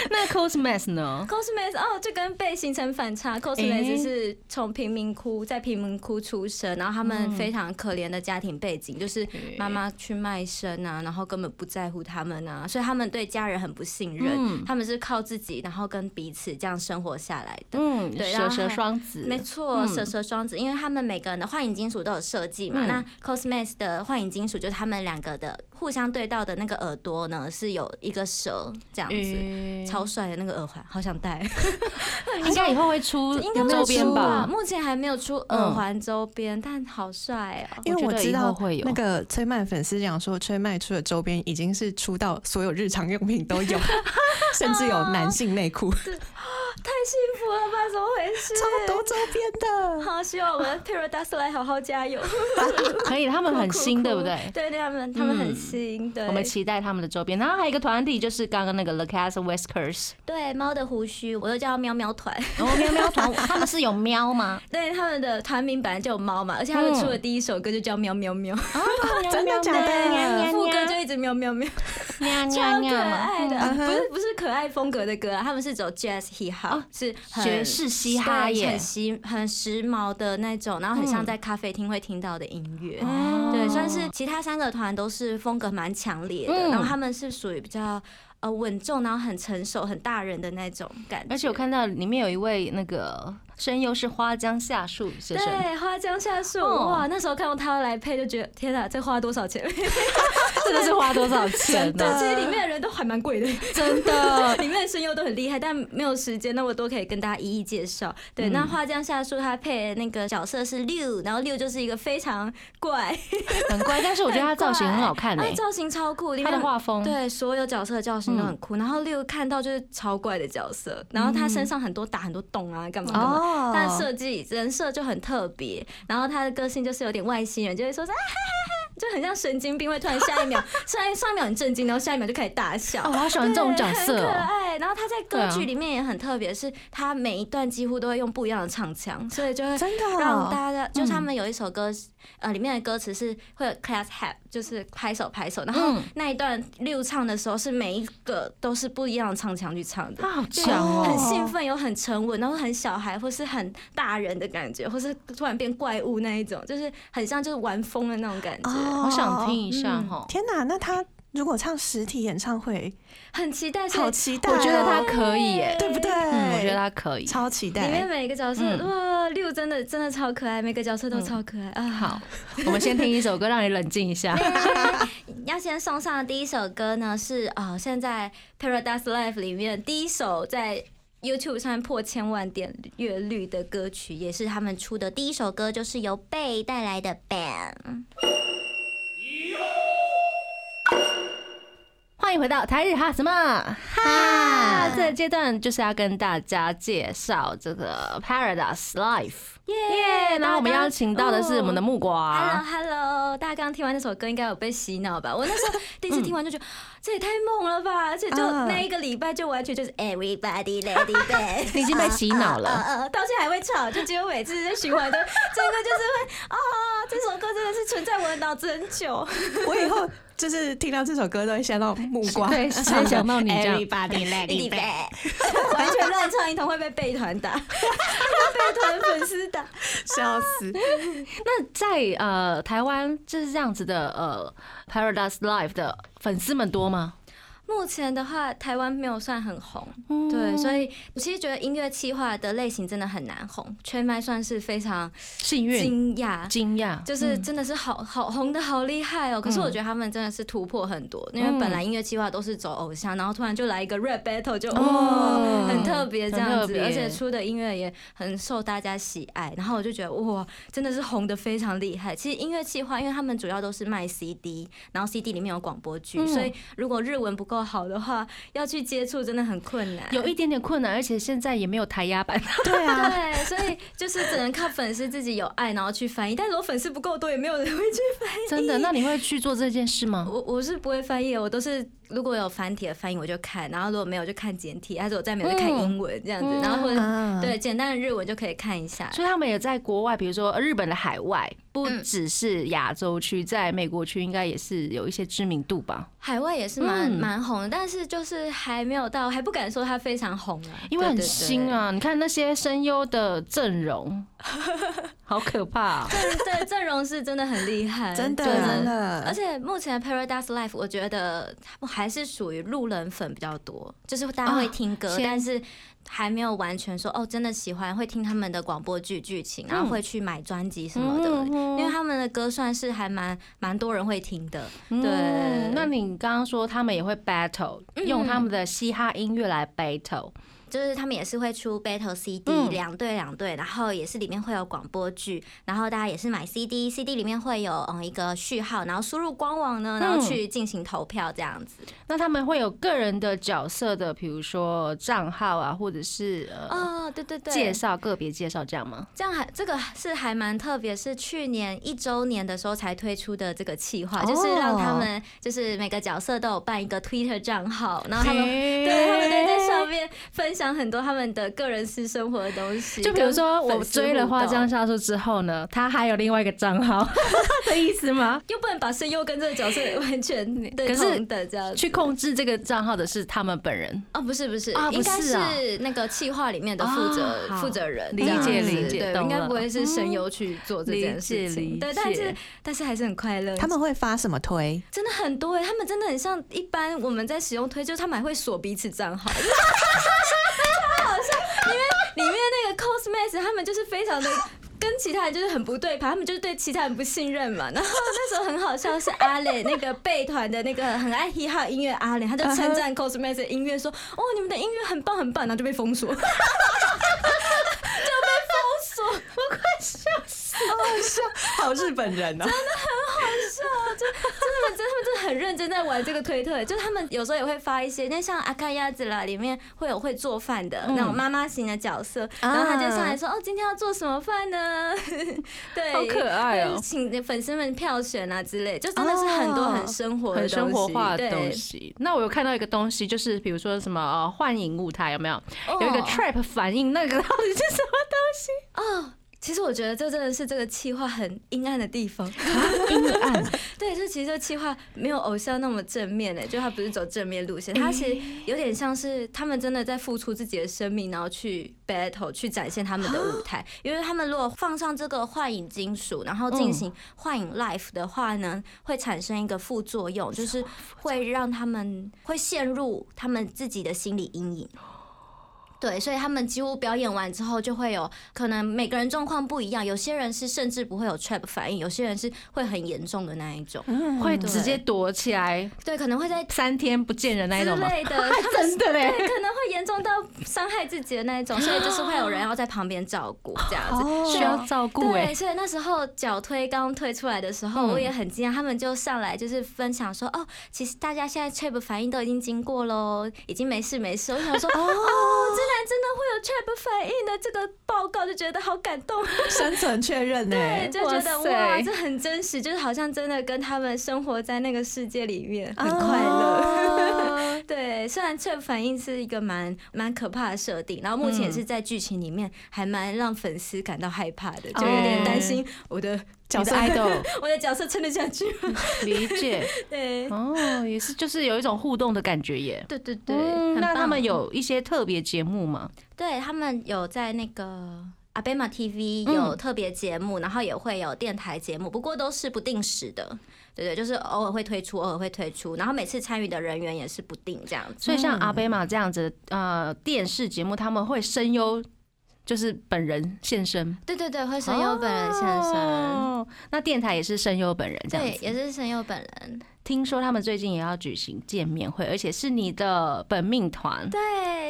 S2: 那 Cosmas 呢？
S4: Cosmates 哦，就跟被形成反差。
S2: 诶
S4: Cosmates 是从贫民窟，在贫民窟出生，然后他们非常可怜的家庭背景，就是妈妈去卖身啊，然后根本不在乎他们啊，所以他们对家人很不信
S2: 嗯
S4: 任，他们是靠自己，然后跟彼此这样生活下来的。
S2: 嗯，
S4: 对然
S2: 蛇
S4: 后
S2: 蛇
S4: 还
S2: 双子，
S4: 没错，
S2: 嗯
S4: 蛇蛇双子，因为他们每个人的幻影金属都有设计嘛。
S2: 嗯
S4: 那 Cosmas 的幻影金属就是他们两个的互相对到的那个耳朵呢，是有一个蛇这样子，
S2: 诶
S4: 超帅的那个耳环，好想 戴。
S2: 应该以后会出
S4: 应该没有
S2: 周
S4: 出啊
S2: 边
S4: 吧？嗯
S2: 吧？
S4: 目前还没有出耳环周边，但好帅哦。
S3: 因为
S2: 我
S3: 我
S2: 觉得
S3: 知
S2: 以后
S3: 道
S2: 会有
S3: 那个崔麦粉丝讲说，崔麦出的周边已经是出到所有日常用品都 有，甚至有男性内
S2: 啊
S3: 裤，超
S4: 太幸福了吧？怎么回事？
S3: 多周边的。
S4: 好，希望我们 Paradise 来好好加 油。
S2: 可以，他们很新，
S4: 酷酷
S2: 对
S4: 酷
S2: 不对？
S4: 对对，他们他
S2: 嗯
S4: 们很新。对，
S2: 我们期待他们的周边。然后还有一个团体就是刚刚那个 The Cast Whiskers，
S4: 对猫的胡须，我又叫它喵喵团。
S2: 然后喵喵团，他们是有喵 吗？
S4: 对，他们的团名本来就有猫
S2: 嗯
S4: 嘛，而且他们出的第一首歌就叫《喵喵喵》，
S2: 啊
S3: 真的假的？
S4: 副歌就一直喵喵喵，
S2: 喵喵
S4: 超可
S2: 喵嘛，
S4: 爱的。
S3: 嗯
S4: 不是不是可爱风格的歌啊，他们是走 jazz hip hop，、
S2: 哦
S4: 是很
S2: 爵士嘻哈
S4: 对
S2: 耶嗯
S4: 很。时很时髦的那种，然后很像在咖啡厅会听到的音乐。
S2: 哦
S4: 对，算是其他三个团都是风格蛮强烈的，
S2: 嗯
S4: 然后他们是属于比较呃稳重，然后很成熟、很大人的那种感觉。
S2: 而且我看到里面有一位那个声优是花江夏树先生，
S4: 对，花江夏树，
S2: 哦
S4: 哇，那时候看到他来配就觉得天哪，这花多少钱？
S2: 真的是花多少钱
S4: 对，
S2: 呢？
S4: 其实里面的人都还蛮贵的，
S2: 真的，
S4: 里面的声优都很厉害，但没有时间，那我都可以跟大家一一介绍。
S2: 嗯
S4: 对，那花江夏树他配的那个角色是六，然后六就是一个非常怪，
S2: 很乖，但是我觉得他造型很好看
S4: 他
S2: 诶，
S4: 造型超酷，里
S2: 他
S4: 面
S2: 的画风，嗯
S4: 对所有角色的造型都很酷。然后六看到就是超怪的角色，然后他身上很多打很多洞啊，干嘛干嘛。
S2: 哦
S4: 但设计人设就很特别，然后他的个性就是有点外星人，就会说是啊哈哈哈，就很像神经病，会突然下 一秒，上一上一秒很震惊，然后下一秒就开始大笑
S2: 哦，。我好喜欢这种角色
S4: 对很可
S2: 哦。
S4: 爱。然后他在
S2: 对
S4: 歌
S2: 啊
S4: 剧里面也很特别，是他每一段几乎都会用不一样的唱腔，所以就会
S3: 真的哦
S4: 让大家，就是他们有一首歌，呃，里面的歌词是会有 class hat，就是拍手拍手，然后
S2: 嗯
S4: 那一段六唱的时候是每一个都是不一样的唱腔去唱的
S2: 他。好
S4: 就
S2: 强
S4: 很
S2: 哦！
S4: 兴奋，有很沉稳，然后很小孩，或是很大人的感觉，或是突然变怪物那一种，就是很像就是玩疯的那种感觉。
S2: 好想听一下
S4: 嗯
S2: 哦。
S3: 哦天哪，那他如果唱实体演唱会，
S4: 很期待，所以
S3: 好期待哦！
S2: 我觉得他可以耶，
S3: 对不对？
S2: 嗯，我觉得他可以。
S3: 超期
S4: 里面
S3: 待。
S4: 每一个角色，
S2: 嗯
S4: 哇，六真的真的超可爱，每个角色都超可爱、啊！
S2: 好， 我们先听一首歌，让你冷静一下。
S4: 要先送上的第一首歌呢是呃，现在 Paradise Life 里面第一首在 YouTube 上面破千万点阅率的歌曲，也是他们出的第一首歌，就是由贝带来的 Bang。
S2: 欢迎回到台日哈什么哈？这个阶段就是要跟大家介绍这个 Paradise Life。
S4: 耶
S2: 然后我们邀请到的是我们的木瓜
S4: Hello。Hello，大家刚听完那首歌应该有被洗脑吧？我那时候第一次听完就觉得、啊这也太猛了吧！而且就
S3: 啊
S4: 那一个礼拜就完全就是 Everybody Lady Bang，
S2: 你已经被洗脑了
S4: 呃呃呃，到现在还会唱，就只有每次在循环都，这个就是会啊、这首歌真的是存在我的脑子很久。
S3: 我以后就是听到这首歌都会想到木 瓜，
S2: 对先想到你这样
S3: Everybody let it be。
S4: Bang，完全乱唱一通会被贝团打，会 被贝团粉丝打。
S3: 笑死！
S2: 那在呃台湾就是这样子的呃 Paradise Life 的粉丝们多吗？
S4: 目前的话，台湾没有算很红，
S2: 嗯
S4: 对，所以我其实觉得音乐企划的类型真的很难红，圈麦算是非常
S2: 幸运
S4: 惊讶。
S2: 惊讶，
S4: 就是真的是好好红的好厉害哦！可
S2: 嗯
S4: 是我觉得他们真的是突破很多，因为本来音乐计划都是走偶像，然后突然就来一 个 rap battle，就
S2: 哦
S4: 哦，很特别这样
S2: 很特
S4: 子，
S2: 别
S4: 而且出的音乐也很受大家喜爱。然后我就觉得哇，真的是红的非常厉害。其实音乐计划，因为他们主要都是卖 CD，然后 CD 里面有广播剧，
S2: 嗯
S4: 所以如果日文不够好的话，要去接触真的很困难。
S2: 有一点点困难，而且现在也没有台 压版，
S3: 对 啊，
S4: 对，所以就是只能靠粉丝自己有爱，然后去翻译。但如果粉丝不够多，也没有人会去
S2: 真的。那你会去做这件事吗？
S4: 我我是不会翻译的，我都是如果有繁体的翻译我就看，然后如果没有就看简体，还是我再没有就看英文这样子，
S2: 嗯
S4: 然后或者、
S3: 啊
S4: 对简单的日文就可以看一下。
S2: 所以他们也在国外，比如说呃日本的海外，不
S4: 嗯
S2: 只是亚洲区，在美国区应该也是有一些知名度吧。
S4: 海外也是
S2: 嗯
S4: 蛮蛮、红的，但是就是还没有到，还不敢说它非常红啊，
S2: 因为很
S4: 对
S2: 新。啊，你看那些声优的阵 容，好可怕、哦
S4: 对对对，阵阵容是真的很厉害，
S3: 真的
S4: 对
S3: 真
S4: 而
S3: 的，
S4: 且目前 Paradise Life，我觉得我还是属于路人粉比较多，就是大家会听歌，
S2: 哦先
S4: 但是还没有完全说哦，真的喜欢，会听他们的广播剧剧情，然后会去买专辑什么的，
S2: 嗯
S4: 因为他们的歌算是还蛮蛮多人会听的。
S2: 嗯
S4: 对嗯
S2: 那你刚刚说他们也会 battle，、用他们的嘻哈音乐来 battle，
S4: 就是他们也是会出 battle CD，
S2: 嗯
S4: 两队两队，然后也是里面会有广播剧，然后大家也是买 CD，CD 里面会有嗯一个序号，然后输入官网呢，然后去进行投票这样子。
S2: 那他们会有个人的角色的，比如说账号啊，或者是呃、
S4: 哦，对对对，
S2: 介绍个别介绍这样吗？
S4: 这样还这个是还蛮特别，是去年一周年的时候才推出的这个企划，就是让他们就是每个角色都有办一个 Twitter 账号，然后他们。
S2: 对
S4: 对，他们都会在上面分享很多他们的个人私生活的东西，
S2: 就比如说我
S4: 跟粉丝
S2: 追了
S4: 互动
S2: 花江，教授之后呢，他还有另外一个账号 的意思吗？
S4: 又不能把声优跟这个角色完全
S2: 可
S4: 对
S2: 是
S4: 同等这样子
S2: 去控制这个账号的是他们本人。
S4: 哦，不是不是，
S2: 啊不
S4: 应该
S2: 是啊
S4: 是那个企划里面的负责
S2: 啊好
S4: 负责人
S2: 理
S4: 这样子，
S2: 解理解
S4: 对，
S2: 懂
S4: 应该
S2: 了
S4: 不会是声优去做这件事
S2: 理解理
S4: 情，对，但
S2: 解
S4: 是但是还是很快乐，
S3: 他们会发什么推？
S4: 真的很多哎、他们真的很像一般我们在使用推，就是他们还会锁彼此账号，超好笑。因为里面那个 cosmates 他们就是非常的。跟其他人就是很不对盘，他们就是对其他人不信任嘛。然后那时候很好笑，是阿磊那个贝团的那个很爱 hip hop 音乐阿磊，他就称赞 cosmates 的音乐说：“哦，你们的音乐很棒很棒。”然后就被封锁，就被封锁。
S3: 好日本人哦，
S4: 他们真他们真的很认真在玩这个推特， 就是他们有时候也会发一些，那像阿卡亚子啦，里面会有会做饭的
S2: 嗯
S4: 那种妈妈型的角色，
S2: 啊
S4: 然后他就上来说：“哦，今天要做什么饭呢？” 对，
S2: 好可爱哦啊
S4: 对请粉丝们票选啊之类，就真的是很多很生活的
S2: 很
S4: 东西、
S2: 生活化的东
S4: 对，
S2: 西。那我有看到一个东西，就是比如说什么呃幻影舞台有没有
S4: 哦
S2: 有一个 trap 反应，那个到底是什么
S4: 哦。其实我觉得这真的是这个企划很阴暗的地方，
S2: 东西？阴暗，
S4: 对，就其实这企划没有偶像那么正面欸的，就他不是走正面路线，他其实有点像是他们真的在付出自己的生命，然后去 battle 去展现他们的舞台。因为他们如果放上这个幻影金属，然后进行幻影 life 的话呢，会产生一个副作用，就是会让他们会陷入他们自己的心理阴影。对，所以他们几乎表演完之后，就会有可能每个人状况不一样，有些人是甚至不会有 trap 反应，有些人是会很严重的那一种。
S2: 会直接躲起来
S4: 对，可能会在
S2: 三天不见人那一
S4: 之
S2: 种吗？
S4: 类 的，他们
S2: 真的嘞，
S4: 可能会严重到伤害自己的那一种，所以就是会有人要在旁边照顾 这样子。
S2: 需要照顾哎
S4: 对，。所以那时候脚推刚推出来的时候，
S2: 嗯
S4: 我也很惊讶，他们就上来就是分享说，哦，其实大家现在 trap 反应都已经经过喽，已经没事没事。我想说，哦，竟然真的会有 trap 反应的这个报告，就觉得好感动。
S3: 生存确认呢、
S4: 对，就觉得
S2: 哇塞
S4: 哇，这很真实，就是好像真的跟他们生活在那个世界里面，
S2: 哦
S4: 很 快乐。 对，虽然这反应是一个蛮蛮可怕的设定，然后目前也是在剧情里面还蛮让粉丝感到害怕的，就有点担心我的
S3: 角
S2: 你的
S3: 色
S2: idol
S4: 我的角色撑得下去吗。
S2: 理解
S4: 对，
S2: 哦，也是就是有一种互动的感觉耶。
S4: 对对对，
S2: 嗯
S4: 很
S2: 那
S4: 棒
S2: 他们有一些特别节目吗？
S4: 对他们有在那个阿贝玛 TV 有特别节目，然后也会有电台节目，不过都是不定时的，对对，就是偶尔会推出，偶尔会推出，然后每次参与的人员也是不定这样子。
S2: 所以像阿贝玛这样子，呃，电视节目他们会声优，就是本人现身，
S4: 对对对，会声优本人现身，
S2: 哦。那电台也是声优本人这样
S4: 对，
S2: 子，
S4: 也是声优本人，
S2: 听说他们最近也要举行见面会，而且是你的本命团。
S4: 对，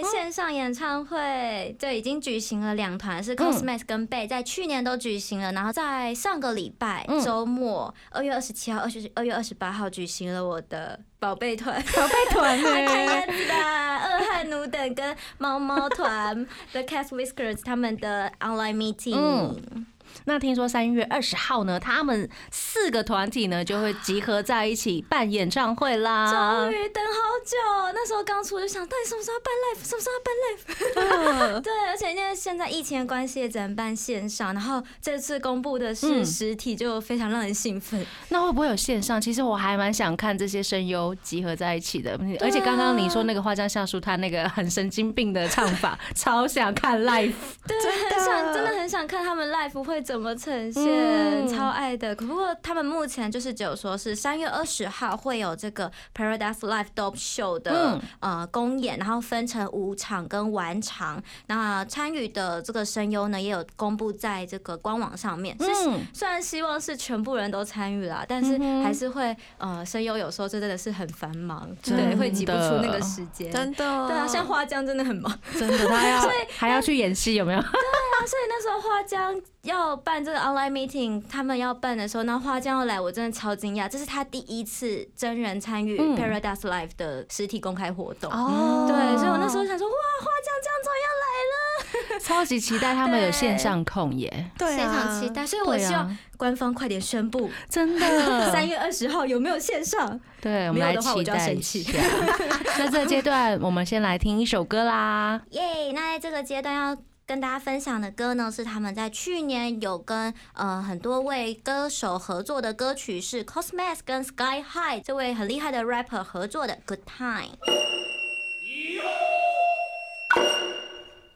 S4: 哦线上演唱会，对，已经举行了两团，是 Cosmax 跟 Bay，在去年都举行了，然后在上个礼拜
S2: 嗯
S4: 周末，二月二十七号、二十二月二十八号举行了我的宝贝团，
S2: 宝贝团
S4: 阿卡亚
S2: 呢？
S4: 子的二汉呃奴等跟猫猫团 The Cat Whiskers 他们的 online meeting，、
S2: 嗯那听说三月二十号呢，他们四个团体呢就会集合在一起办演唱会啦
S4: 终。于等好久，那时候刚出我就想，到底什么时候要办 live，什么时候要办 live。对，
S2: 嗯
S4: 而且因为现在疫情的关系，也只能办线上。然后这次公布的
S2: 嗯啊
S4: 是实体，就非常让人兴奋。
S2: 那会不会有线上？其实我还蛮想看这些声优集合在一起的，嗯而且刚刚你
S4: 啊
S2: 说那个花江夏树他那个很神经病的唱法， 超想看 live。
S4: 对，
S3: 真的
S4: 很想，真的很想看他们 live 会怎么呈现，
S2: 嗯
S4: 超爱的。可不过他们目前就是只有说是三月二十号会有这个 Paradise Live Dope Show
S2: 嗯
S4: 的、呃公演，然后分成五场跟晚场。那参与的这个声优呢，也有公布在这个官网上面，是
S2: 嗯，
S4: 虽然希望是全部人都参与啦，但是还是会、呃，声优有时候真的是很繁忙，
S2: 真
S4: 对，会挤不
S2: 的
S4: 出那个时间。
S3: 真的，
S4: 对啊，像花江真的很忙，
S2: 真的，他要
S4: 所以
S2: 还要去演戏，有 没有？
S4: 所以那时候花江要办这个 online meeting，他们要办的时候，然后花江要来，我真的超惊讶，这是他第一次真人参与
S2: 嗯
S4: Paradise Live 的实体公开活动。
S3: 哦
S4: 对，所以我那时候想说，哇，花江这样终于要来了。
S2: 超级期待他们有线上控耶，
S3: 对
S4: 非常
S3: 啊，
S4: 期待，所以我
S2: 对啊嗯
S4: 希望官方快点宣布，
S2: 真
S4: 三
S2: 的。
S4: 月二十号有没有线上？
S2: 对，我们
S4: 没有
S2: 来
S4: 的话
S2: 期
S4: 我就要
S2: 待一
S4: 生气
S2: 下。 那这个阶段，我们先来听一首歌啦。
S4: 耶那在这个阶段要跟大家分享的歌呢，是他们在去年有跟呃很多位歌手合作的歌曲，是 Cosmas 跟 Sky High 这位很厉害的 rapper 合作的《Good Time》。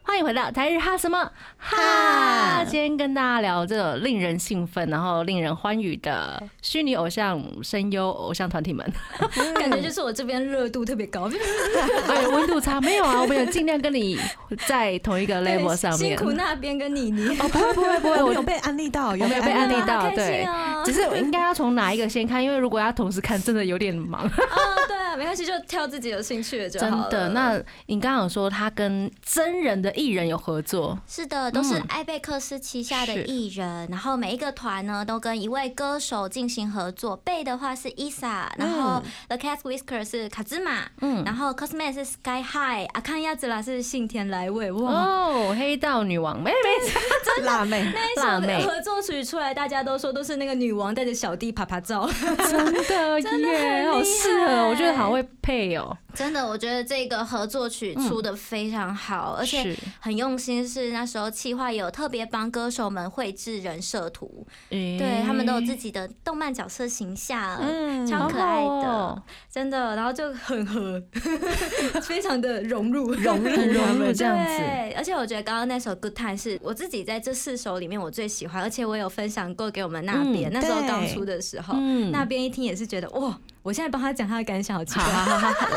S2: 欢迎回到台日哈什么哈？今天跟大家聊这个令人兴奋，然后令人欢愉的虚拟偶像声优偶像团体们。
S4: 感觉就是我这边热度特别高，
S2: 哎，温度差没有啊，我们有尽量跟你 在同一个 level 上
S4: 辛
S2: 面。
S4: 苦那边跟妮妮，
S3: 哦，不会不会不会，我们有被安利到，有
S2: 我们有被安利
S3: 到，
S2: 到
S4: 好开
S2: 对
S4: 心哦
S2: 只是我应该要从哪一个先看，因为如果要同时看，真的有点忙。
S4: 哦，对啊，没关系，就挑自己有兴趣的 就
S2: 真
S4: 好了。
S2: 的，那你刚刚有说他跟真人的艺人有合作，
S4: 是的，都是
S2: 嗯
S4: 艾贝克斯旗下的
S2: 是
S4: 艺人，然后每一个团呢都跟一位歌手进行合作。贝的话是 Isa，然后 The Cat Whisker 是卡兹玛，
S2: 嗯，
S4: 然后 Cosme 是 Sky High，阿康亚子啦是信田来未，哇，
S2: 哦，黑道女王，没没错，
S3: 辣妹，
S2: 辣妹
S4: 合作曲出来，大家都说都是那个女王带着 小弟啪啪照。
S2: 真的耶，好适合哦，我觉得好会配哦。
S4: 真的，我觉得这个合作曲出的非常好，而且
S2: 嗯是
S4: 很用心。是那时候企划有特别帮歌手们绘制人设图，对
S2: 对
S4: 他们都有自己的动漫角色形象，
S3: 嗯
S4: 超可爱的，
S2: 好好哦
S4: 真的，然后就很合， 非常的融入，
S2: 融 入很融入这样子
S4: 对，而且我觉得刚刚那首《Good Time》是我自己在这四首里面我最喜欢，而且我有分享过给我们那边，
S2: 嗯
S4: 那时候
S3: 对
S4: 刚出的时候，
S2: 嗯
S4: 那边一听也是觉得哇，我现在帮他讲他的感想，好奇怪。
S2: 好好好，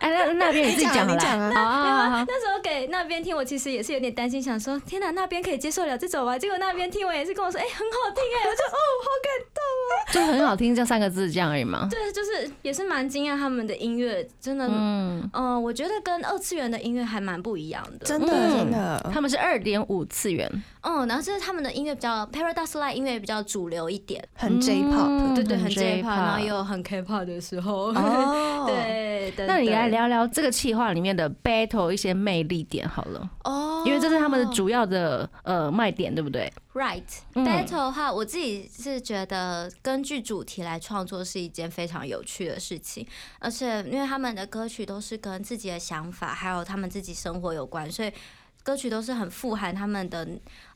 S2: 哎，那那边你自己讲好
S3: 你讲
S2: 了，
S3: 啊
S2: 好好好好，
S4: 那时候给那边听，我其实也是有点担心，想说天哪，那边可以接受了这首啊吧？结果那边听完也是跟我说，哎、很好听哎、我就哦，好感动哦。
S2: 就很好听，这三个字这样而已嘛。
S4: 对，就是也是蛮惊讶他们的音乐，真的，嗯、
S2: 嗯，
S4: 我觉得跟二次元的音乐还蛮不一样的。
S3: 真的
S2: 嗯
S3: 真的，
S2: 他们是二点五次元，
S4: 嗯，然后就是他们的音乐比较 Paradise Live 音乐比较主流一点，
S3: 很 J
S2: 嗯
S3: pop，
S4: 对对，很 J-pop，然后也
S2: 又。
S4: 有很 K-pop 的时候，
S3: 哦，
S4: 对。等等
S2: 那你来聊聊这个企划里面的 battle 一些魅力点好了，
S4: 哦，
S2: 因为这是他们的主要的呃卖点，对不对？
S4: Right
S2: 嗯
S4: battle 的话，我自己是觉得根据主题来创作是一件非常有趣的事情，而且因为他们的歌曲都是跟自己的想法还有他们自己生活有关，所以歌曲都是很富含他们的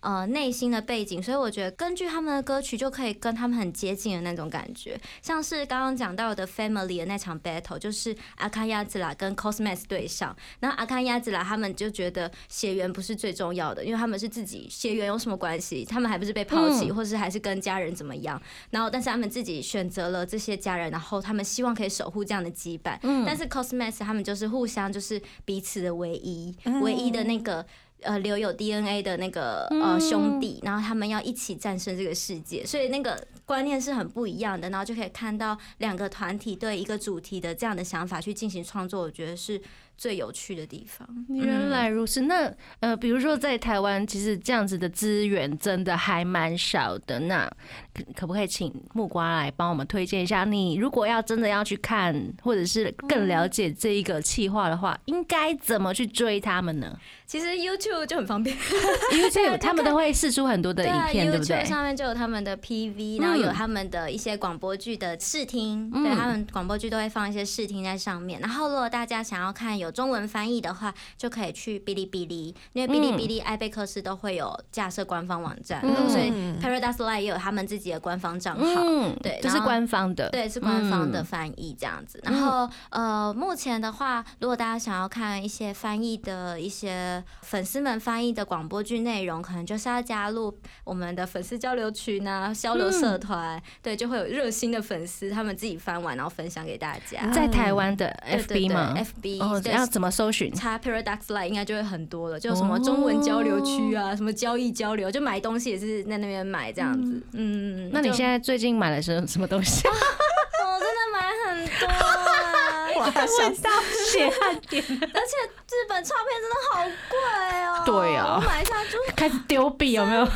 S4: 呃内心的背景，所以我觉得根据他们的歌曲就可以跟他们很接近的那种感觉，像是刚刚讲到的 Family 的那场 battle，就是阿卡亚兹拉跟 Cosmas 对上，那阿卡亚兹拉他们就觉得血缘不是最重要的，因为他们是自己血缘有什么关系？他们还不是被抛弃，
S2: 嗯
S4: 或是还是跟家人怎么样？然后但是他们自己选择了这些家人，然后他们希望可以守护这样的羁绊，
S2: 嗯
S4: 但是 Cosmas 他们就是互相就是彼此的唯一，
S3: 嗯
S4: 唯一的那个呃留有 DNA 的那个呃
S2: 嗯
S4: 兄弟，然后他们要一起战胜这个世界，所以那个观念是很不一样的，然后就可以看到两个团体对一个主题的这样的想法去进行创作，我觉得是最有趣的地方。
S2: 原
S4: 嗯
S2: 来如此，那呃，比如说在台湾，其实这样子的资源真的还蛮少的。那可可不可以请木瓜来帮我们推荐一下？你如果要真的要去看，或者是
S4: 嗯
S2: 更了解这一个企划的话，应该怎么去追他们呢
S4: 其实 YouTube 就很方便，
S2: ？YouTube 他们都会试出很多的
S4: 对啊
S2: 影片，对不
S4: YouTube
S2: 对？
S4: 上面就有他们的 PV，然后有
S2: 嗯
S4: 他们的一些广播剧的试听，
S2: 嗯
S4: 对他们广播剧都会放一些试听在上面。然后如果大家想要看有中文翻译的话，就可以去哔哩哔哩，
S2: 嗯
S4: 因为哔哩哔哩、艾贝克斯都会有架设官方网站，
S2: 嗯
S4: 所以 Paradise Live 也有他们自己的官方账号。
S2: 嗯，
S4: 对
S2: 这是
S4: 然后
S2: 官方的，
S4: 对，是官方的
S2: 嗯
S4: 翻译这样子。然后呃，目前的话，如果大家想要看一些翻译的一些粉丝们翻译的广播剧内容，可能就是要加入我们的粉丝交流群啊、交流
S2: 嗯
S4: 社团，对，就会有热心的粉丝他们自己翻完然后分享给大家。
S2: 嗯在台湾的
S4: 啊对对
S2: FB 吗
S4: 对？FB
S2: 哦，
S4: 对
S2: 要怎么搜寻？
S4: 查 Paradox Live 应该就会很多了，就有什么中文交流区啊，
S2: 哦
S4: 什么交易交流，就买东西也是在那边买这样子。嗯，
S2: 那你
S4: 就
S2: 现在最近买了什什么东 西？
S4: 我真的买很 多啊，
S3: 我还想
S2: 到血汗点，
S4: 而且日本唱片真的好贵哦、
S2: 对啊
S4: 我买下就
S2: 开始丢币有没 有？
S4: 好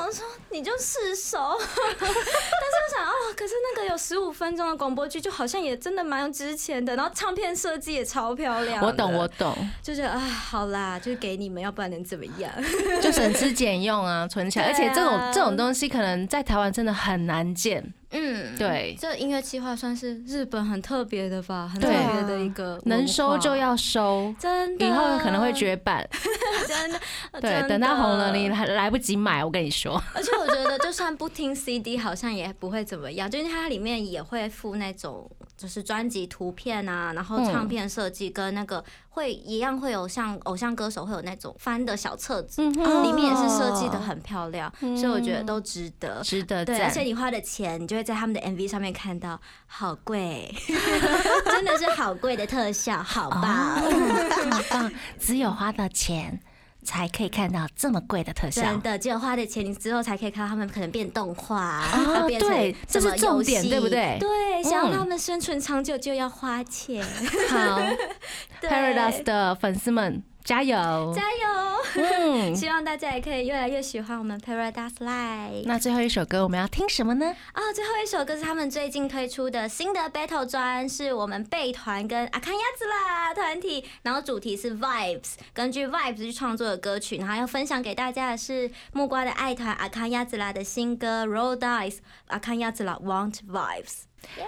S4: 像说你就试手， 但是我想啊、可是那个有十五分钟的广播剧，就好像也真的蛮值钱的，然后唱片设计也超漂亮的。
S2: 我懂，我懂。
S4: 就觉得啊，好啦，就给你们，要不然能怎么样？
S2: 就省吃俭用啊，存起来。而
S4: 对
S2: 且
S4: 啊
S2: 这种这种东西，可能在台湾真的很难见，
S4: 嗯，
S2: 对
S4: 这音乐计划算是日本很特别的吧，很特
S2: 对
S4: 别的一个，
S2: 能收就。要收，
S4: 真的，
S2: 以后可能会绝版。
S4: 得真的，呃
S2: 对，
S4: 真
S2: 等它
S4: 的
S2: 红了，你来来不及买。我跟你说，
S4: 而且我觉得，就算不听 CD，好像也不会怎么样，就是它里面也会附那种就是专辑图片啊，然后
S2: 嗯
S4: 唱片设计跟那个会一样会有像偶像歌手会有那种翻的小册
S2: 嗯
S4: 子，
S3: 哼
S4: 嗯里面也是设计的很漂亮，所以我觉得都值得。
S2: 哦值得嗯
S4: 对，
S2: 赞
S4: 而。且你花的钱，你就会在他们的 MV 上面看到，好贵， 真的是好贵的特效，好棒，
S2: 很棒，只有花的钱才可以看到这么贵的特效
S4: 真。 的，只有花的钱，你之后才可以看到他们可能变动画，
S2: 哦
S4: 然 后变成
S2: 对这是
S4: 什么游
S2: 重点
S4: 戏
S2: 对不对
S4: 对，想
S2: 嗯
S4: 让他们生存长久就要花 钱。
S2: 好
S4: 对
S2: ，Paradise 的粉丝们加油！
S4: 加油！
S2: 嗯，
S4: 希望大家也可以越来越喜欢我们 Paradise Live。
S2: 那最后一首歌我们要听什么呢？
S4: 啊、最后一首歌是他们最近推出的新的 battle 专，是我们贝团跟阿康亚子啦团体，然后主题是 vibes，根据 vibes 去创作的歌曲，然后要分享给大家的是木瓜的爱团阿康亚子啦的新歌 Roll Dice，阿康亚子啦 Want Vibes。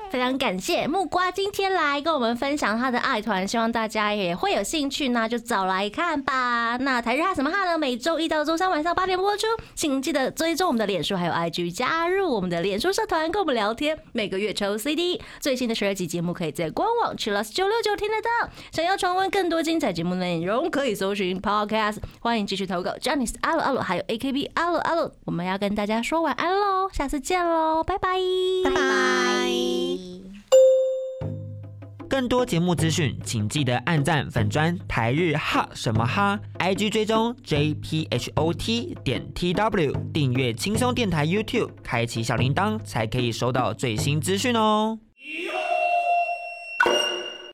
S2: 非常感谢木瓜今天来跟我们分享他的爱团，希望大家也会有兴趣，那就找来看吧。那台日哈什么哈呢？每周一到周三晚上八点播出，请记得追踪我们的脸书还有 IG，加入我们的脸书社团跟我们聊天。每个月抽 CD，最新的十二集节目可以在官网 c h i l l s 九六九听得到。想要重温更多精彩节目内容，可以搜寻 Podcast。欢迎继续投稿 j a n i c e 阿鲁阿鲁还有 AKB 阿鲁阿鲁。我们要跟大家说晚安喽，下次见喽，拜拜，拜拜。
S5: 更多节目资讯，请记得按赞粉砖台日哈什么哈，IG 追踪 JPHOT 点 TW，订阅轻松电台 YouTube，开启小铃铛才可以收到最新资讯哦。